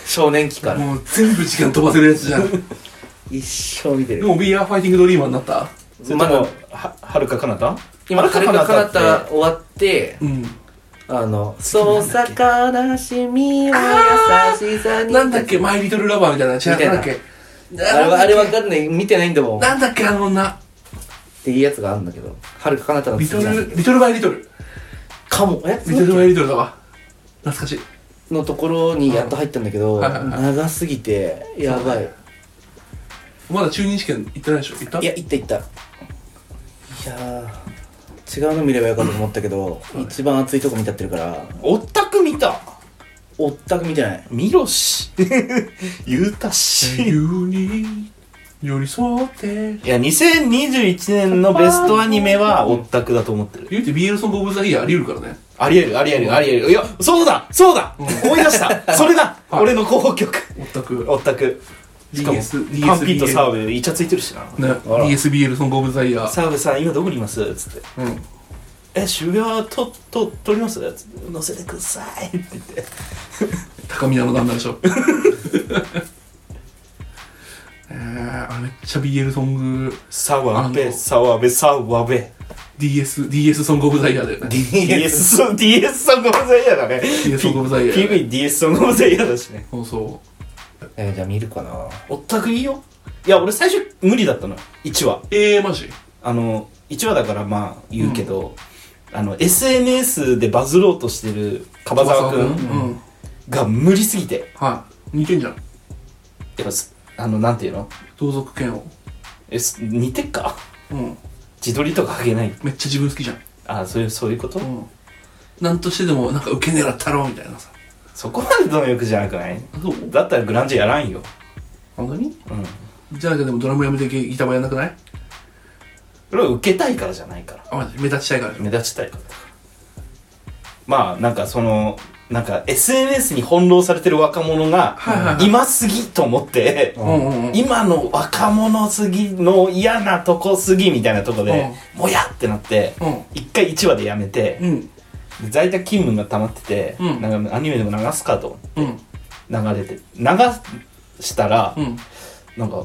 少年期からもう全部時間飛ばせるやつじゃ ん一生見てでるも We are fighting dreamer になったそれまとだもははるか彼方今はるか軽彼く方かなってた終わってうんあの「そうさ悲しみは優しさに」なんだっけマイリトルラバーみたいな違うなんだっけあれはあれわかんない見てないんだもんっなんだっけあの女ていうやつがあるんだけどはるかかなたのリト次なんだけルどリトルバイリトルかもえリトルバイリトルだわ懐かしいのところにやっと入ったんだけど、うんはいはいはい長すぎてやばいまだ中任試験行ってないでしょ行ったいや行った行ったいやー違うの見ればよかったと思ったけど、一番熱いとこ見たってるからおったく見たおったく見てない見ろ し言うたし自由に寄り添っていや2021年のベストアニメはおったくだと思ってる言うて BL ソングオブザイヤーあり得るからねありえるありえるありえるいやそうだそうだ、思い出した それだ、はい俺の候補曲おったくおったくしかも DS パンピーと澤部イチャついてるしなね DSBL ソングオブザイヤー澤部さん今どこにいますつってうんえ、渋谷と、と、撮りますつって乗せてくださいって言って。高見菜の旦那でし ょえー、あめっちゃ BL ソング澤あ部、の澤部、澤 部。 DS, DS ソングオブザイヤーだよね DS ソン、DS ソングオブザイヤーだね。 DS ソングオブザイヤー PV、DS ソングオブザイヤーだしね。そうそえーじゃあ見るかなおったくいいよ。いや、俺最初無理だったの。1話う。えー、マジあの、1話だからまあ言うけど、あの、SNS でバズろうとしてる樺沢くうんん、うん、が無理すぎて。はい似てんじゃんやっぱす、あの、なんていうの同族嫌悪え、す似てっかうん自撮りとかあげない。めっちゃ自分好きじゃんあ、そういう、そういうことうんなんとしてでもなんか受け狙ったろうみたいなさそこまでの欲じゃなくないそうだったらグランジやらんよ。本当にうん。じゃなきゃでもドラムやめてギギターもやんなくないそれは受けたいからじゃないから。あマジ目立ちたいからでしょ目立ちたいから。まあ、なんかその、なんか SNS に翻弄されてる若者がはいはい、はい今すぎと思って、うんうんうん今の若者すぎの嫌なとこすぎみたいなとこで、もやってなって、うん一回1話でやめて、うんで在宅勤務が溜まってて、うんなんかアニメでも流すかとうん流れて、流したら、うんなんか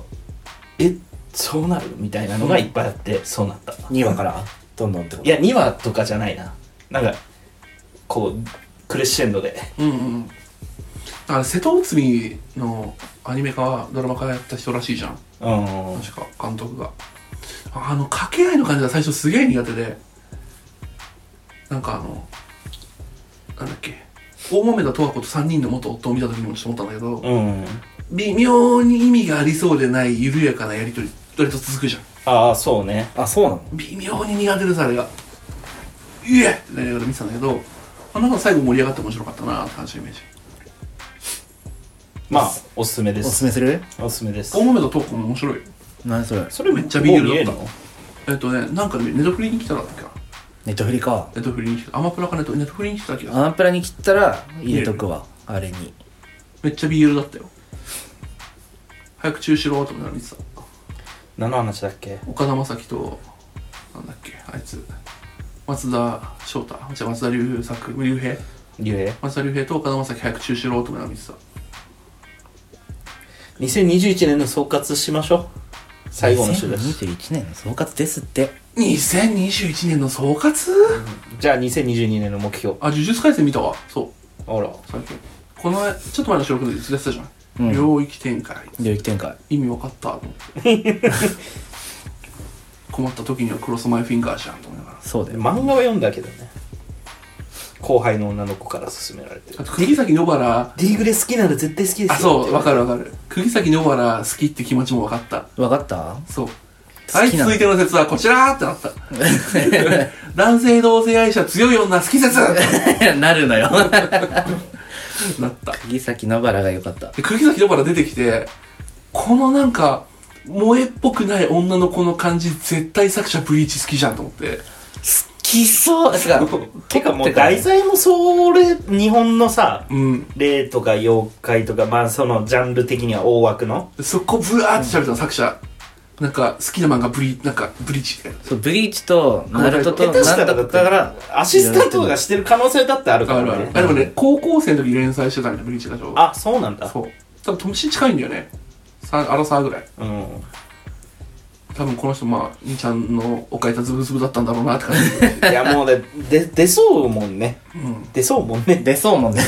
えそうなるみたいなのがいっぱいあって、そうなった2話からどんどんってこいや2話とかじゃないななんかこうクレッシェンドでうんうんだから瀬戸内海のアニメ化ドラマ化やった人らしいじゃんうん確か監督があの掛け合いの感じが最初すげえ苦手でなんかあのなんだっけ大豆田十和子と3人の元夫を見た時にもちょっと思ったんだけど、うん微妙に意味がありそうでない緩やかなやりとり割と続くじゃんああそうねあそうなの微妙に苦手ですあれが「イエッ!」ってなりながら見てたんだけどあなんか最後盛り上がって面白かったなって話のイメージまあおすすめでおすすすめするおすすめです大豆田十和子も面白いよ何それそれめっちゃビールだったもう見えるのえっとねなんかねネットフリに来たらだっけなネットフリかネットフリに来たアマプラかネットネットフリに来た気がするアンプラに切ったら入れとくわあれにめっちゃ BL だったよ早く中止しろと思いながら見てた何の話だっけ岡田将生となんだっけあいつ松田翔太じゃあ松田龍作龍平竜兵松田龍平と岡田将生早く中止しろと思いながら見てた2021年の総括しましょう最後の週です2021年の総括ですって2021年の総括じゃあ2022年の目標あ呪術廻戦見たわそうあら最近このちょっと前の収録で言ってたじゃん、うん領域展開領域展開意味分かったと思って 困った時にはクロスマイフィンガーじゃんと思いながらそうだよ漫画は読んだけどね後輩の女の子から勧められてあと釘崎野原リーグレ好きなら絶対好きですよあそう分かるる分かる釘崎野原好きって気持ちも分かったわか ったそう好はいきなの続いての説はこちらーってなった男性同性愛者強い女好き説なるのよなった釘崎野原が良かったで釘崎野原出てきてこのなんか萌えっぽくない女の子の感じ絶対作者ブリーチ好きじゃんと思ってきそうてかてかもう題材もそれ日本のさうん霊とか妖怪とかまあそのジャンル的には大枠のそこブワーって喋ったの作者なんか好きな漫画ブリなんかブリーチそうブリーチとナルトと下手しなたんらだだかったららアシスタントがしてる可能性だってあるかあるらあるねあでもね高校生の時連載してたんだよブリーチがちょうどあそうなんだそう多分年近いんだよねさアラサーぐらいうん多分この人まあ兄ちゃんのおかえたズブズブだったんだろうなって感 いやもうねで出そうもんねじうん出そうもんね出そうもんね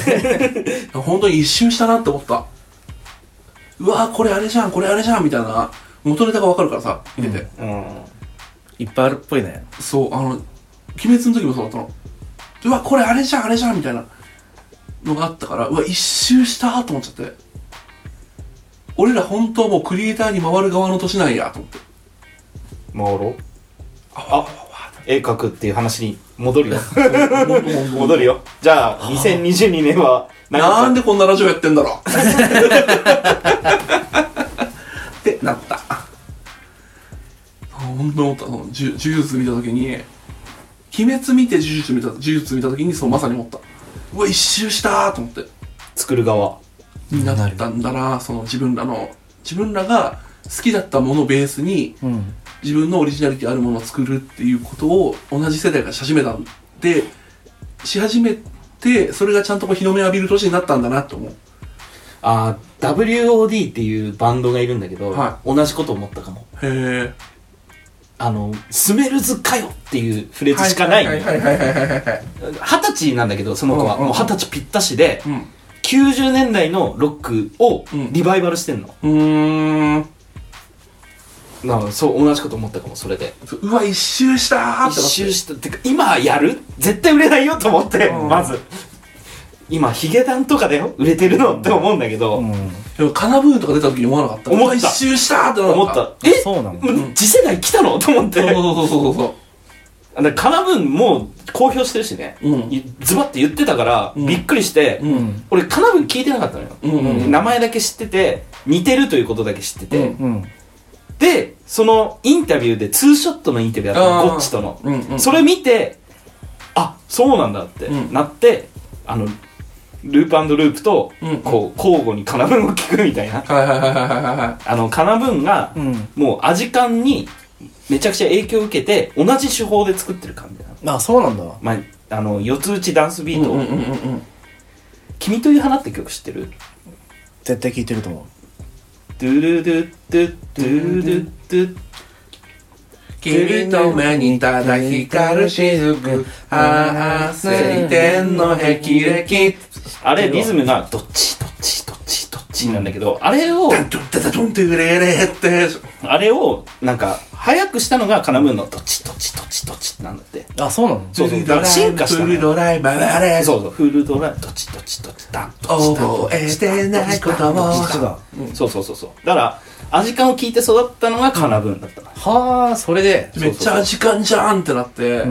本当に一周したなって思ったうわーこれあれじゃんこれあれじゃんみたいな元ネタがわかるからさ見てて、うんいっぱいあるっぽいねそうあの鬼滅の時もそうだったのうわこれあれじゃんあれじゃんみたいなのがあったからうわ一周したーと思っちゃって俺ら本当はもうクリエイターに回る側の年なんやと思って回ろうあわわわ絵描くっていう話に戻る よわほんとほんとほんと戻るよじゃあ2022年は何かなんでこんなラジオやってんだ ろうってなった本当に思ったその呪呪術見た時に鬼滅見て呪術見た呪術見た時にそうまさに思ったうわ一周したーと思って作る側になったんだなその自分らの自分らが好きだったものをベースにうん自分のオリジナリティあるものを作るっていうことを同じ世代がし始めたんでし始めてそれがちゃんとこう日の目を浴びる年になったんだなと思うあー WOD っていうバンドがいるんだけど、は同じこと思ったかもへえあの「スメルズかよ」っていうフレーズしかないのよはいはいはいはいはいはい。二十歳なんだけどその子はうんうんうんもう二十歳ぴったしでうん。 90年代のロックをうんリバイバルしてんの、うなあそう同じこと思ったかもそれでーん。うわ、一周したーって一周したてか今やる絶対売れないよと思って、うんまず今ヒゲダンとかだよ売れてるのって思うんだけど、うんでも、カナブーンとか出た時に思わなかった。思ったうわ一周したーってならな思かっったたえそうなのうん次世代来たのと思ってそうそうそうそうあだからカナブーンもう公表してるしね、うんいズバッて言ってたから、うんびっくりして、そう。うん。俺カナブーン聞いてなかったのよ、うんうん名前だけ知ってて似てるということだけ知ってて、うんうんでそのインタビューでツーショットのインタビューだったあーのゴッチとの、うんうんそれ見てあそうなんだってうんなって、あのループループとうんこう交互にカナブーンを聞くみたいなはいはいはいはいはいはあのカナブーンがうんもうアジカンにめちゃくちゃ影響を受けて同じ手法で作ってる感じなのあそうなんだまあ、あの四つ打ちダンスい。ビート、うんうんうんうん。君という花って曲知ってる絶対聞いてると思うドゥルドゥドゥドゥドゥドゥ君と目にただ光る雫、ああ、青天の霹靂。あれリズムがどっちどっちどっちどっちチンなんだけど、あれをダントンダダドンって売れれってあれをなんか早くしたのがカナムーンのドチドチドチドチなんだってあ、そうなのそうそうだから進化したフのルよドライバーレそうそうフールドライドチドチドチダンドチダンド覚えてないことも実だ。そうそうそうそうだからアジカンを聞いて育ったのがカナブーンだったからはあ、それで、めっちゃ時間じゃんってなって、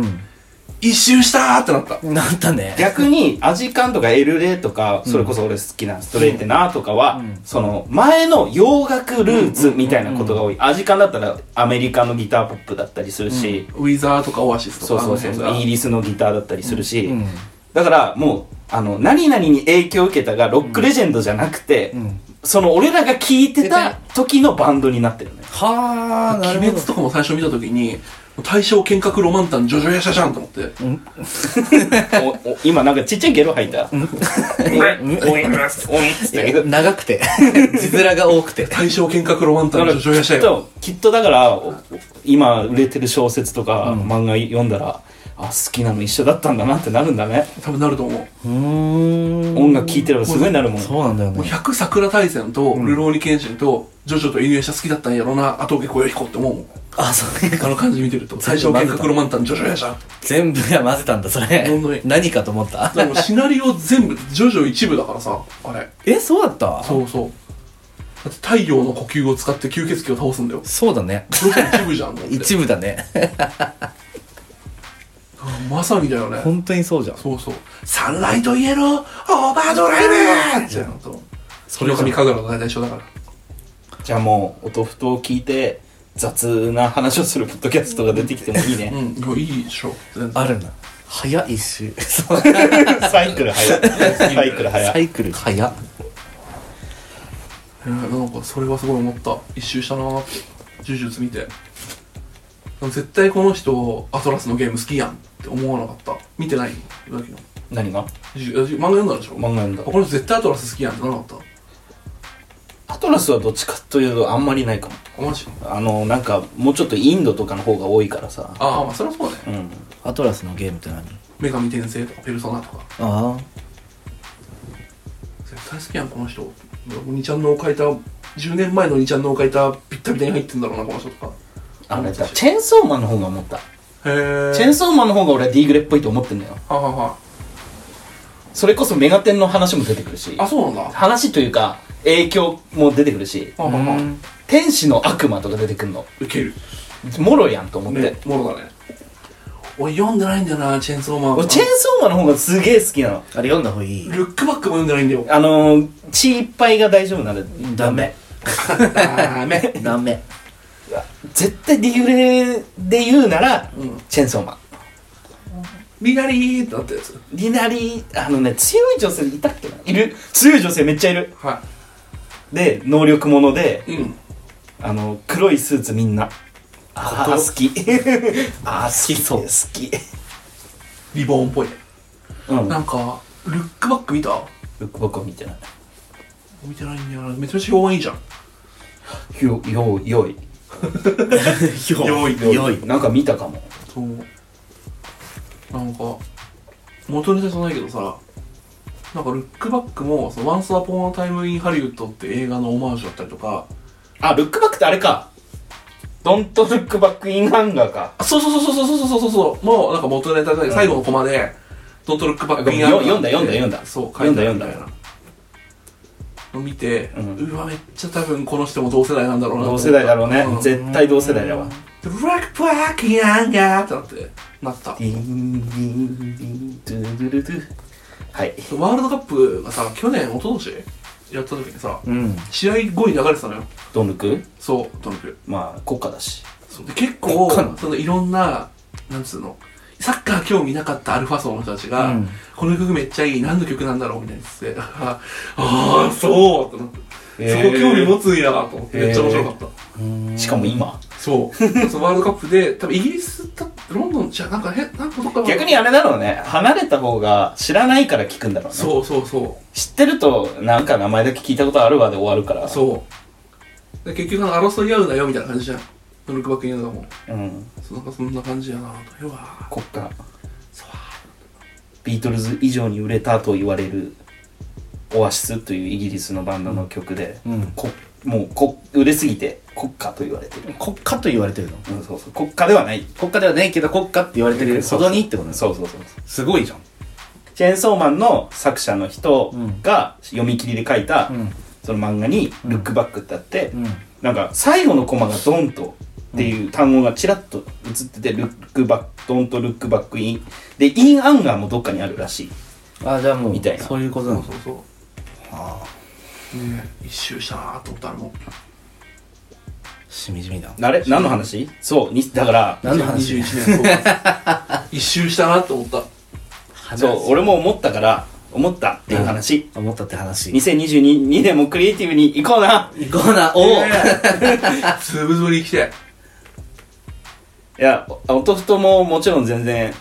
一周したーってなったなったね。逆にアジカンとかエルレとかそれこそ俺好きなストレイってなとかは、その前の洋楽ルーツみたいなことが多い、アジカンだったらアメリカのギターポップだったりするし、ウィザーとかオアシスとかそうそうそうそうイあの辺ギリスのギターだったりするし、うん。だからもうあの何々に影響を受けたがロックレジェンドじゃなくて、その俺らが聴いてた時のバンドになって るねはあ、がな鬼る滅ほとかも最初見た時に大正剣閣ロマンタンジョジョヤシャシャンと思っておお今なんかちっちゃいゲロ吐いた おいますおいっつっど。長くて。字面が多くて。大正剣閣ロマンタンジョジョヤシきャっよときっとだからお今売れてる小説とか、漫画読んだらあ好きなの一緒だったんだなってなるんだね、多分なると思ううーん。音楽聴いてればすごいなるもんそうなんだよもうね。百桜大戦とルローニケンシンとジョジョと犬夜叉好きだったんやろな後受け小よ彦って思うもんあ、そう ねあの感じ見てると大正剣閣ロマンタンジョジョヤシャン全部が混ぜたんだ、それほんとに。何かと思ったでもシナリオ全部ジョジョ一部だからさあれ え、そうだったそうそうだって太陽の呼吸を使って吸血鬼を倒すんだよそうだね。ジョジョ一部じゃんと思って 一部だね。まさにだよね本当にそうじゃん。そうそうサンライトイエローオーバードライブじゃんとそれ神神楽の大体一緒だからじゃあもう音ふとを聞いて雑な話をするポッドキャストが出てきてもいいねうんいやいいでしょ全然あるな。早いし。そうサイクル早いサイクル早サいイクル早っ。えーなんかそれはすごい思った一周したなーって呪術見てでも絶対この人アトラスのゲーム好きやんって思わなかった見てないのさっきの何が呪術漫画読んだでしょ漫画読んだあこの人絶対アトラス好きやんってならなかっアトラスはどっちかというとあんまりないかもたあマジあのなんかもうちょっとインドとかの方が多いからさああまあそれはそうねうんアトラスのゲームって何女神転生とかペルソナとかああ。絶対好きやんこの人2ちゃんのを書いた10年前の2ちゃんのを書いたピッタピタに入ってんだろうなこの人とかあれだチェーンソーマンの方が思ったへえチェーンソーマンの方が俺は D グレっぽいと思ってんだよはははそれこそメガテンの話も出てくるしあそうなんだは話というか影響も出てくるしはは天使の悪魔とか出てくるのウケるもろやんと思って、ねもろだね俺読んでないんだよなチェーンソーマン俺チェーンソーマンの方がすげえ好きなのあれ読んだ方がいい。ルックバックも読んでないんだよあのー、血いっぱいが大丈夫ならダメ。ダメ ダメ。絶対 D グレで言うなら、うんチェーンソーマンリラリーってなったやつリナリーあのね強い女性いたっけないる強い女性めっちゃいるはで能力者でいうんあの黒いスーツみんなあこあと好きあー好きそう好きリボーンっぽいねうんなんかルックバック見たルックバックは見てない見てないんだよなめちゃめちゃ評判いいじゃんよよいよいよいよい。なんか見たかもそうなんか元ネタじゃないけどさなんかルックバックも「その Once Upon a Time in Hollywood」って映画のオマージュだったりとかあルックバックってあれかドントルックバックインハンガーかあそうそうそうそうそうそうそうそうもうなんか元ネタじゃない、最後のコマで「ドントルックバックインよ読んだ読んだ読んだそう読んだ書いてある読んだみたいなの見て、ううんわめっちゃ多分この人も同世代なんだろうなと同思った世代だろうねうん絶対同世代だわルックバックインハンガーってなってなったディンディンディンドゥルルドゥはいワールドカップがさ去年一昨年やった時にさうん。試合後に流れてたのよドンルクそうとにかくまあ国家だしそうで結構こっからそのいろんななんつうのサッカー興味なかったアルファ層の人たちが、うんこの曲めっちゃいい何の曲なんだろうみたいな言って てああそうってなって、そこ興味持つんやなと思って、へーめっちゃ面白かったしかも今そうそのワールドカップで多分イギリスだロンドンじゃなんか変なんかどっかの逆にあれだろうね離れた方が知らないから聞くんだろうねそうそうそう知ってるとなんか名前だけ聞いたことあるわで終わるからそうで結局あの争い合うなよみたいな感じじゃんドルクバック言うのもう、うん、そうなんかそんな感じやなとうわ国家ビートルズ以上に売れたと言われるオアシスというイギリスのバンドの曲で、うんこもうこ売れすぎて国歌と言われてる、国家と言われてるのうん、そうそう国歌ではない国家ではないけど国家って言われてるほどにってことねそうそうそうすごいじゃんチェーンソーマンの作者の人が読み切りで書いた、うんその漫画に「ルックバック」ってあって、うんなんか最後のコマがドンとっていう単語がちらっと映ってて、ルックバックドンとルックバックインでインアンガーもどっかにあるらしいあじゃあもうみたいなそういうことなそうのそうそうねえ一周したなーと思ったらもうしみじみだあれ何の話そうにだから何の話21年そうだ一周したなと思 ったそう俺も思ったから思ったっていう話、思ったって話2022年もクリエイティブに行こうな行こうなおお、つぶつぶに来ていやお弟とももちろん全然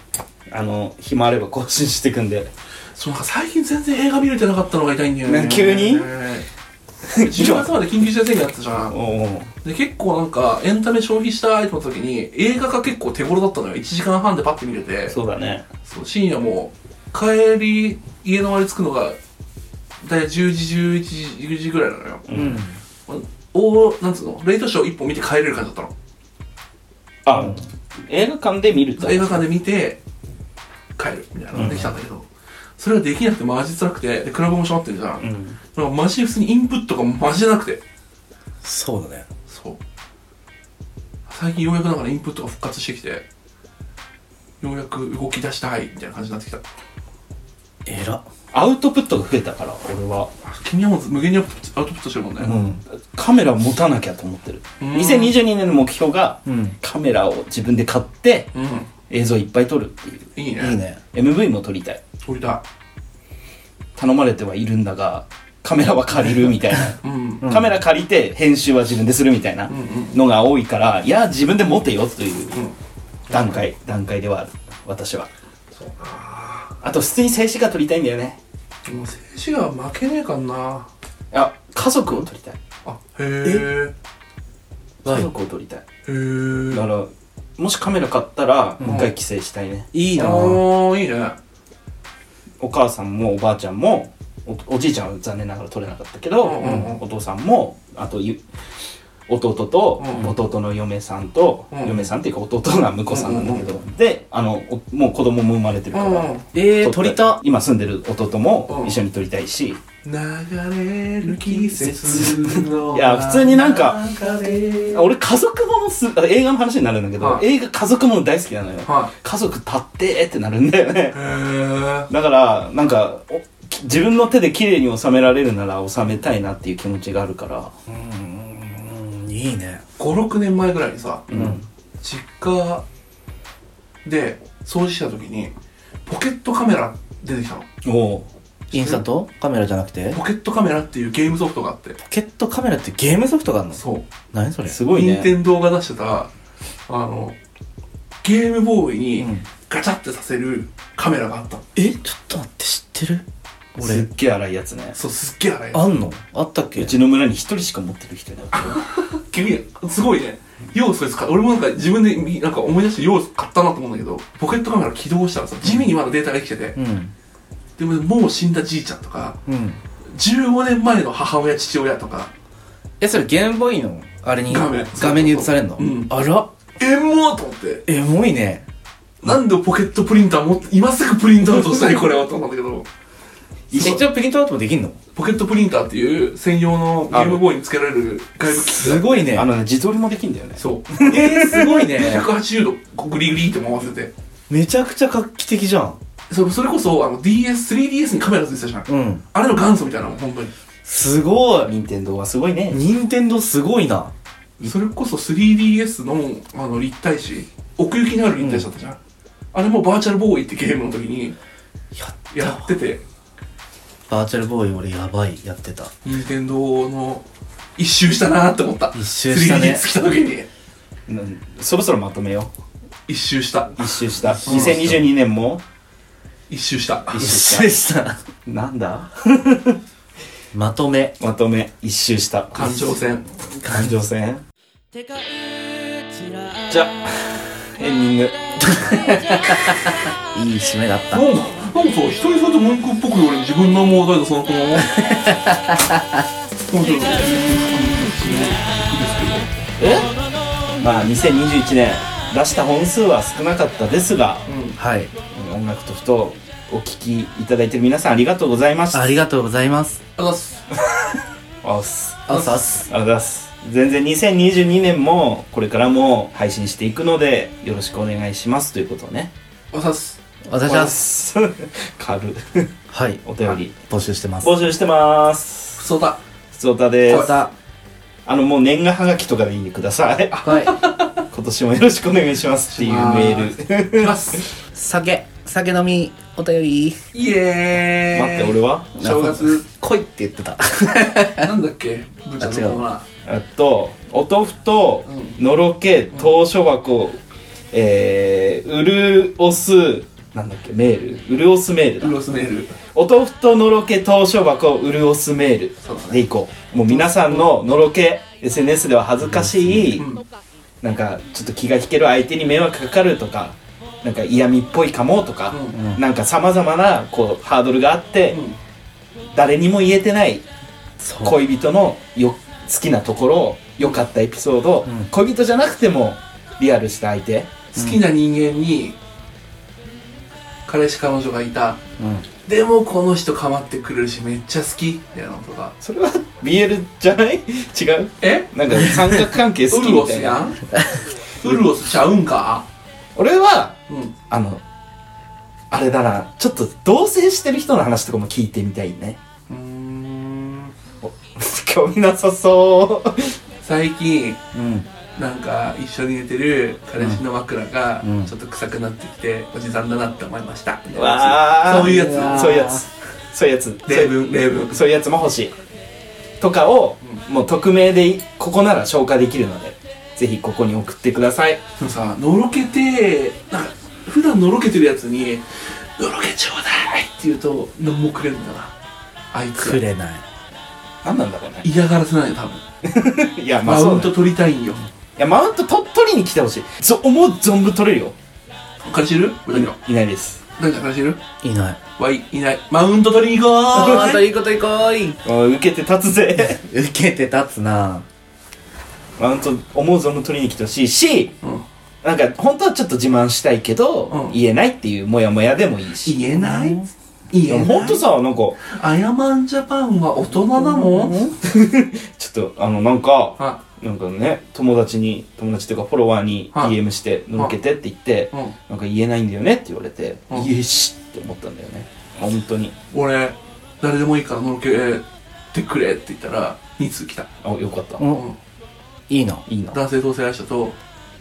あの暇あれば更新していくんでそうなんか最近全然映画見れてなかったのが痛いんだよねね急にね10月まで緊急事態宣言あったじゃおんおで結構なんかエンタメ消費したいと思った時に映画が結構手頃だったのよ1時間半でパッて見れてそうだねそう深夜もう帰り家の周り着くのが大体10時11時10時ぐらいなのよ、うん、おなんつうのレイトショー1本見て帰れる感じだったのあ、映画館で見ると映画館で見て帰るみたいなのができたんだけど、それができなくてマジ辛くてでクラブも閉まってるじゃん、うんなんかマジで普通にインプットがマジでなくてそうだねそう最近ようやくだからインプットが復活してきてようやく動き出したいみたいな感じになってきたえらアウトプットが増えたから俺は君はもう無限にアウトプットアウトプットしてるもんね、うんカメラを持たなきゃと思ってるうん2022年の目標がうんカメラを自分で買ってう映像いっぱい撮るっていうんいいねいいね MV も撮りたい撮りた頼まれてはいるんだがカメラは借りるみたいないうんカメラ借りて編集は自分でするみたいなのが多いからいや自分で持てよといううん段階段階ではある私はあと普通に静止画撮りたいんだよねでも静止画は負けねえかんなあ家族を撮りたいあへえ家族を撮りたいへえだからもしカメラ買ったらもう一回帰省したいね、いいなああいいねお母さんもおばあちゃんもおおじいちゃんは残念ながら取れなかったけど、うんうんうんお父さんもあとゆ弟とうんうん弟の嫁さんと、うん嫁さんっていうか弟が婿さんなんだけど、うんうであのおもう子供も生まれてるから、うえー、撮鳥りた今住んでる弟うもん一緒に撮りたいし、ん流れる季節のいや普通になんか中で俺家族ものすあ映画の話になるんだけど、はい映画家族もの大好きなのよ、は家族立ってってなるんだよね いへえだからなんかおき自分の手で綺麗に収められるなら収めたいなっていう気持ちがあるからうんいいね56年前ぐらいにさうん実家で掃除した時にポケットカメラ出てきたのおうインスタントカメラじゃなくてポケットカメラっていうゲームソフトがあってポケットカメラってゲームソフトがあるのそう何それすごい任ね天堂が出してたあのゲームボーイうにんガチャってさせるカメラがあったのえちょっと待って知ってるす俺っげえ荒いやつねそうすっげえあれあんのあったっけうちの村に一人しか持ってる人いなかっ君すごいね要素ですか俺もなんか自分でみなんか思い出して要素買ったなと思うんだけどポケットカメラ起動したらさ地味にまだデータが生きててう、んでももう死んだじいちゃんとかうん15年前の母親父親とかえそれゲームボーイのあれに画面画面に映されるのうんあらえもうと思ってエモいねなんでポケットプリンター持って今すぐプリントアウトしたいこれはと思うんだけど一応プリントアウトもできんのポケットプリンターっていう専用のゲームボーイにつけられる外部機器がすごいねたあのね自撮りもできんだよねそうえー、すごい ね180度こうグリグリって回せてめちゃくちゃ画期的じゃんそそれこそあの DS3DS にカメラついてたじゃんうんあれの元祖みたいなの本当にすごい任天堂はすごいね任天堂すごいなそれこそ 3DS のあの立体紙奥行きのある立体紙だったじゃん、あれもバーチャルボーイってゲームの時にやったやっててバーチャルボーイ俺やばいやってた任天堂の一周したなーって思った一周したね 3DS 来た時にうんそろそろまとめよ一周したう一周した2022年も一周した一緒でしたなんだまとめまとめ一周した環状線感情線じゃあエンディングいい締めだったもうなんかさ、一人さんと文句っぽく俺自分のもうだいたその子も。もうちょっといいですまあ2021年出した本数は少なかったですが、はい音楽とふとお聴きいただいてる皆さんありがとうございましたありがとうございますけど。あざっす。あっすあっすあっすありがとうございます全然2022年もこれからも配信していくのでよろしくお願いしますということをねあざっす。お願いします軽い はいお便り募集してます募集してますふそだ。ふつおたでますたあのもう年賀はがきとかでいいんでくださ いはい今年もよろしくお願いしますっていうメールいきます。酒酒飲みお便りイエ待ってーイ。俺は正月、来いって言ってたなんだっけぶーちゃんのコーナー。えっとお豆腐とのろけ投書箱、えー、うるおすなんだっけメールうるおすメールだうろすメール。お豆腐とのろけ投書箱うるおすメーそうだルねでいこうもう皆さんののろけ SNS では恥ずかしい、うんなんかちょっと気が引ける相手に迷惑かかるとかなんか嫌味っぽいかもとか、なんかさまざまなこうハードルがあって、うん誰にも言えてない そう恋人のよ好きなところ良かったエピソード、うん恋人じゃなくてもリアルした相手好きな人間に、彼氏彼女がいた。うんでもこの人構ってくれるしめっちゃ好きみたいなのとか。それは BL じゃない違うえなんか三角関係好ウきルみロたスいや なんウルロスちゃうんか俺はうん。あのあれだなちょっと同棲してる人の話とかも聞いてみたいね うーん興味なさそう最近うんなんか一緒に寝てる彼氏の枕がうんちょっと臭くなってきておじさんだなって思いましたみたいなやわつーそういうやつわーそういうやつそういうやつ例文例文そういうやつも欲しいとかを、もう匿名でいここなら消化できるのでぜひここに送ってくださいでもさのろけてなんか普段のろけてるやつに「のろけちょうだい!」って言うと何もくれんだなあいつくれない何なんだろうね嫌がらせないよ多分 いやまあマそうウンだトよ取りたいんよいやマウントと取りに来てほしいぞ思う存分取れるよ彼氏いる何かいないです何か彼氏いるいないわいいないマウント取りに行あこーうといいこといこういもう受けて立つぜ受けて立つな マウント思う存分取りに来てほしいしうんなんか本当はちょっと自慢したいけど、うん言えないっていうモヤモヤでもいいし言えないいや言えほなんいとさなんかアヤマンジャパンは大人なのちょっとあのなんかあ、なんかね、友達に、友達というかフォロワーにはい DM して、のろけてって言って、うん、なんか言えないんだよねって言われて、うん言えしって思ったんだよね。本当に。俺誰でもいいからのろけてくれって言ったら2通来た、あ、よかった。ういんいいのいな。男性同性愛者と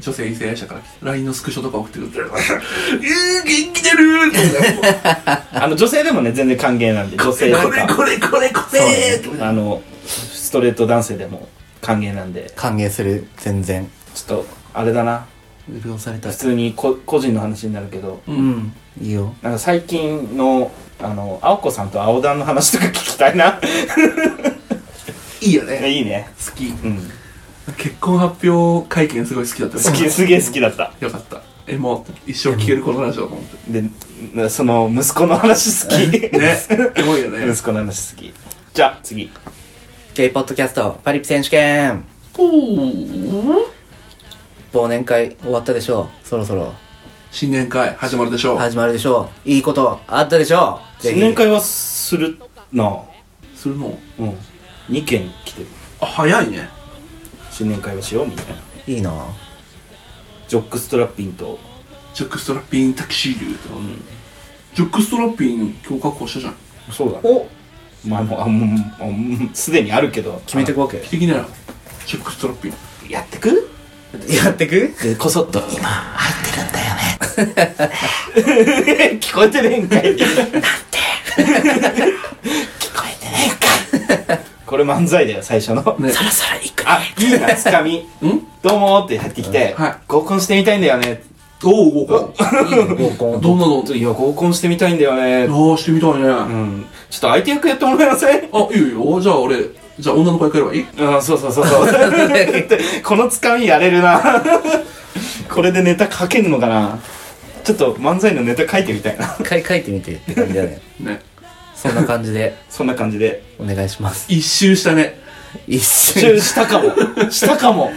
女性異性愛者から来て LINE のスクショとか 送ってくるうー元気出るーって思っあの、女性でもね、全然歓迎なんで、女性てとこれか、これこれこそうねれーってあの、ストレート男性でも歓迎なんで、歓迎する全然ちょっと、あれだな、潤された普通にこ個人の話になるけど、ううんんいいよなんか最近の、あの、青子さんと青段の話とか聞きたいな。いいよ ねいいね。好きうん。結婚発表会見すごい好きだった好き、すげえ好きだった。よかったえもう一生聞けるこのラジオと思ってで、なその、息子の話好 き。ねすごいよね息子の話好き。じゃあ、次。 K ポッドキャストパリピ選手権忘年会終わったでしょうそろそろ新年会始まるでしょう始まるでしょういいことあったでしょうぜ新ひ年会はするなするのうん。2件来てる。あ早いね新年会はしようみたいな。いいなジョックストラッピンと、ジョックストラッピンタキシードゥとか、んジョックストラッピン今日確保したじゃんそうだ、ね。おまあもう、あ、もうあもう、すでにあるけど。決めてくわけ素敵だよジョックストラッピンやってくやって くで、こそっと。今、入ってるんだよね。 聞こえてねえんかい。なんて。聞こえてねえんかい。これ漫才だよ、最初の。ねさらいくあ、いいな、つかみ。んどうもーって入ってきて、はい合コンしてみたいんだよね。おうお ういいね合コンどんなのちょっといや、合コンしてみたいんだよね。ああしてみたいね、うあん。ちょっと相手役やってもらえませんいいよじゃあ俺じゃあ女の子役やればいいうん、そうそうそう そう。このつかみやれるな。これでネタ書けんのかなちちょっと漫才のネタ書いてみたいな一回書いてみてって感じだねねそんな感じでそんな感じでお願いします一周したね一一周瞬したかもしたかも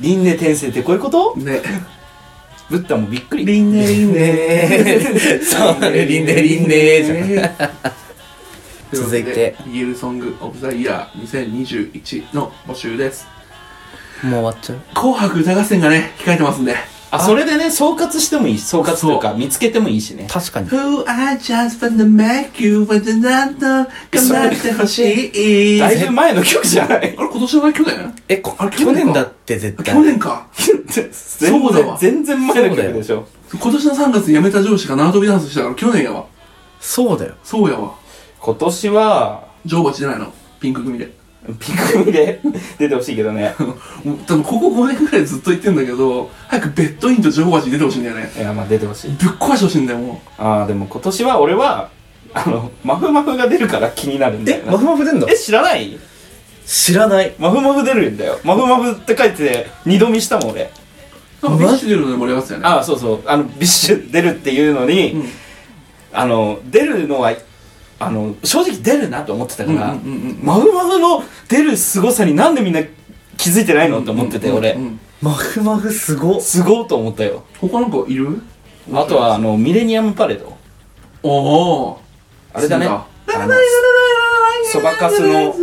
輪廻転生ってこういうことねブッダもびっくり輪廻輪そうだねリンデリンデじゃん続いてイエルソングオブザイヤー2021の募集ですもう終わっちゃう紅白歌合戦がね控えてますんであそれでね総括してもいいし総括というか見つけてもいいしね確かに Who I just wanna make you want to not 頑張ってほしいだあいれぶ前の曲じゃない今年は去年えこあれ去去年か年だって絶あ対去年か全そうだわ然全然前の曲でしょ今年の3月に辞めた上司が縄跳びダンスしたから去年やわそうだよそうやわ今年は女王蜂じゃないのピンク組で ピクミンで出てほしいけどねもう多分ここ5年ぐらいずっと言ってんだけど早くベッドインと女王蜂出てほしいんだよねいやまあ出てほしいぶっ壊してほしいんだよもああでも今年は俺はあのマフマフが出るから気になるんだよなマフ出んのえ知らない知らないマフマフ出るんだよマフマフって書いてて二度見したもん俺うなんかビッシュ出るので盛り上がってたよねああそうそうあのビッシュ出るっていうのに、うんあの出るのはあの正直出るなと思ってたから、うんうんうんうんマフマフの出る凄さになんでみんな気づいてないのって思ってて、俺、うんマフマフすごっすごいと思ったよ他なんかいるあとはあのミレニアムパレードおおあれだねそうだあのそばかすの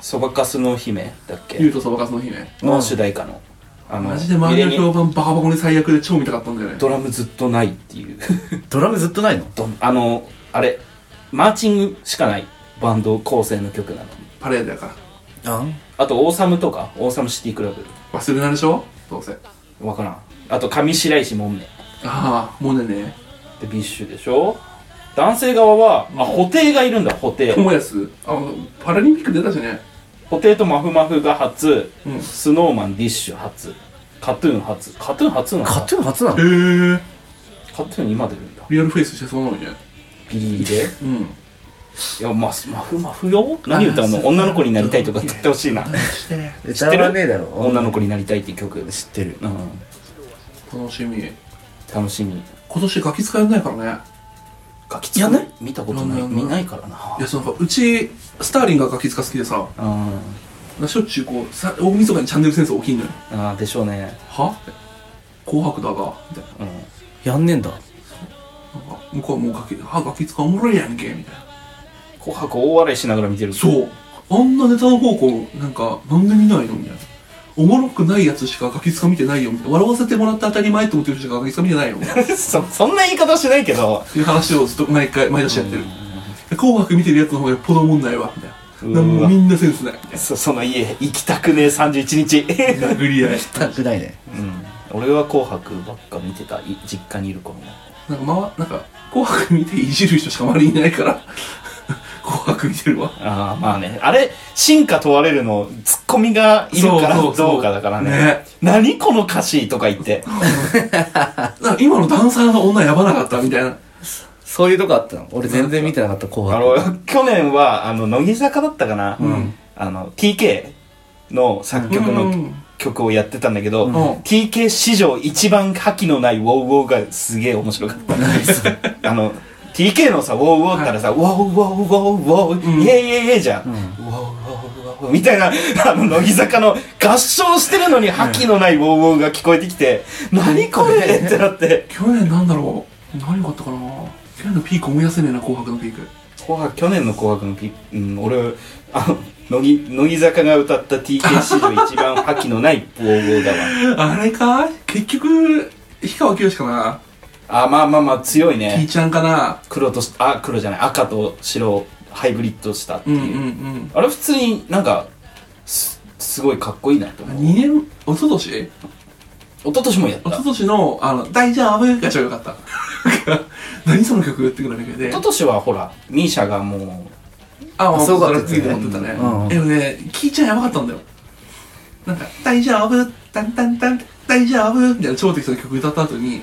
そばかすの姫だっ竜けとそばかすの姫の主題歌のあのマジで周りのミレニア評判バカバカに最悪で超見たかったんだよねドラムずっとないっていうドラムずっとないのどんあのあれマーチングしかないバンド構成の曲なのパレードやからあんあとオーサムとかオーサムシティクラブ忘れないでしょどうせわからんあと上白石萌音でああもうねねビッシュでしょ男性側はあ布袋がいるんだ布袋友安あパラリンピック出たしね布袋とマフマフが初、うんスノーマンディッシュ初カトゥーン初カトゥーン初なのカトゥーン初なのへえカトゥーン今出るんだリアルフェイスしてそうなのにねビリビリでうんいやまマフマフよ何歌うの女の子になりたいとか言ってほ しいなして歌わねえだろ女の子になりたいっていう曲知ってるうん楽しみ楽しみ今年ガキ使えないからねガキつかない見たことないやんない見ないからないやそうなんかうちスターリンがガキ使好きでさうんしょっちゅうこうさ大晦日にチャンネル戦争起きんのよああでしょうねはって紅白だがみたいなうんやんねんだなんか向こうはもうガキはガキ使おもろいやんけみたいな紅白大笑いしながら見てるそうあんなネタの方向なんか番組ないのみたいなおもろくないやつしかガキ使見てないよみたいな笑わせてもらって当たり前と思ってる人しかガキ使見てないよみたいなっ そそんな言い方しないけどていう話をずっと毎回毎年やってるで紅白見てるやつの方がよっぽどおもんないわみたいなうーわなんもみんなセンスないみたいそその家行きたくねえ31日、な殴り合いたくないねうん、俺は「紅白」ばっか見てたい実家にいる頃もなんか、ま、なんか、紅白見ていじる人しか周りにいないから、 紅白見てるわ。ああまあねあれ真価問われるのツッコミがいるからそうそうそうどうかだからねね何この歌詞とか言ってなんか今のダンサーの女やばなかったみたいな。そういうとこあったの俺全然見てなかった紅あ白の去年はあの乃木坂だったかな、あの TK の作曲の、うん曲をやってたんだけど、ん TK 史上一番覇気のないウォウウォウがすげえ面白かったあの TK のさ、ウォーウォーったらさ、ウォーウォーウォーウォー、うんイェイイェイイェイじゃん。ウォーウォーウォーウォーみたいな、あの、乃木坂の合唱してるのに覇気のないウォーウォーが聞こえてきて、何これってなって。去年なんだろう何があったかな去年のピーク思い出せねえな、紅白のピーク。紅白、去年の紅白のピ、うん、俺、あの、乃木、乃木坂が歌った TK 史上一番覇気のないウォーウォーだわ。あれか結局、氷川きよしかなあ、まあまあまあ強いキーね。ちゃんかな黒とし、あ、黒じゃない、赤と白をハイブリッドしたってうんいうう。んうん。あれ普通になんか、す、すごいかっこいいなと思う。 2年、おととし一一昨年もやった。昨年の、あの、大丈夫が超良かった。何その曲ってぐらいの曲で一。昨年はほら、ミーシャがもう、あ、ああ、そそううかか、ラ次で持ってたね。うんうんでもね、キーちゃんやばかったんだよ。なんか、大丈夫、タンタンタン、大丈夫みたいな超適当な曲歌った後に、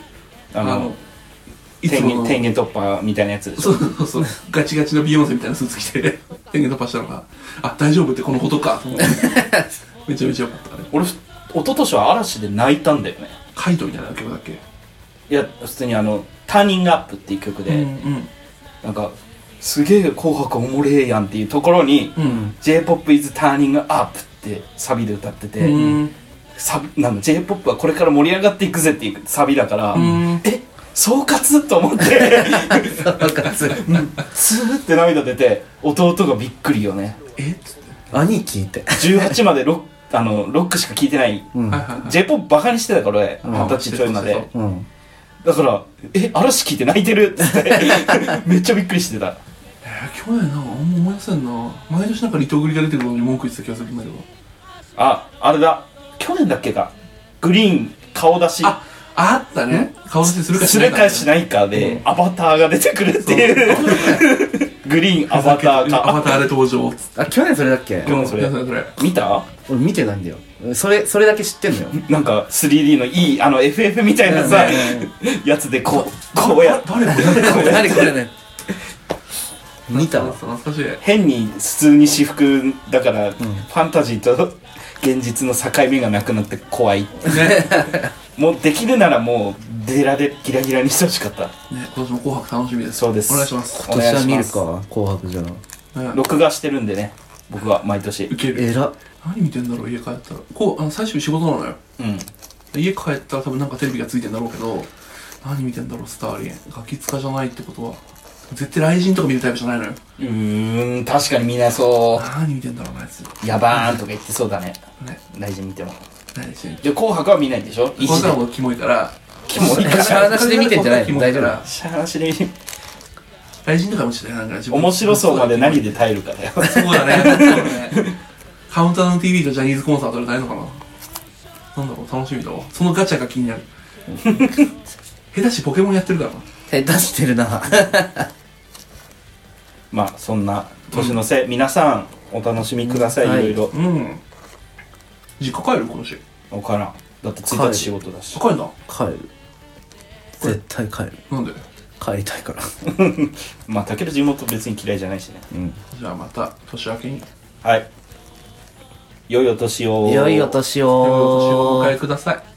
あの、いつ天も元の、天元突破みたいなやつでしそょ。うそうそう、ガチガチのビヨンセみたいなスーツ着て、 天元突破したのが、あ、大丈夫ってこのことか、と思って。めちゃめちゃよかったね。俺、一昨年は嵐で泣いたんだよね。カイトみたいな曲だっけいや普通にあの「ターニングアップ」っていう曲で、うんなんかすげえ紅白おもれえやんっていうところにうん j p o p is turning up ってサビで歌ってて、うんサビなん j p o p はこれから盛り上がっていくぜっていうサビだから、うんえ総括と思って スーって涙出て弟がびっくりよねえっつって兄貴って。 18までロックあのロックしか聴いてないうんはいはいはい j p o p バカにしてたから俺二十歳ちょいまそうでそううん。だから「え嵐聴いて泣いてる」っつって めっちゃびっくりしてたえー去年なあんま思い出せんな毎年なんかリトグリが出てくるのに文句言ってた気がするんだけどああれだ去年だっけかグリーン顔出しああったね顔出しするかしすないるかかしないかで、アバターが出てくるっていうグリーンアアババタターーかアかバターで登場つってあ、去年それだっけうんそれいやそれそれ見た俺見てないんだよ。それ、それだけ知ってんのよ。なんか 3D のいいあの FF みたいなさ、やつでこうこうやって誰も誰も 何これね。見たわ。懐かしい変に普通に私服だから、ファンタジーと現実の境目がなくなって怖いねもうできるならもうデラでギラギラにしてほしかったね今年も紅白楽しみですそうですお願いします今年は見るお願いしか、紅白じゃな。ね録画してるんでね僕は毎年ウケるえら。何見てんだろう家帰ったらこうあの最終日仕事なのようん家帰ったら多分なんかテレビがついてんだろうけど何見てんだろうスターリンガキ使じゃないってことは絶対雷神とか見るタイプじゃないのようーん確かにみんなそ何見てんだろうなやつうやばーんとか言ってそうだねね大臣見ても何してんで紅白は見ないでしょ意こ地れではもうキモいからキモい かしゃらーなしで見てんじゃないの大丈夫だしゃーなしで雷神とかもちょっとなんか自分面白そうまで何で耐えるかだよそうだねそうだ ねカウンターの TV とジャニーズコンサートで大のかななんだろう楽しみだわそのガチャが気にな る下手しポケモンやってるからな手出してるな。まあそんな年の瀬、皆さんお楽しみください、、はいいろいろうん実家帰る今週分からんだって1日仕事だし帰んな帰る。絶対帰る。なんで帰りたいから。まあたける地元別に嫌いじゃないしねうん。じゃあまた年明けにはい良いお年をいよいよ年おを。年をお迎えください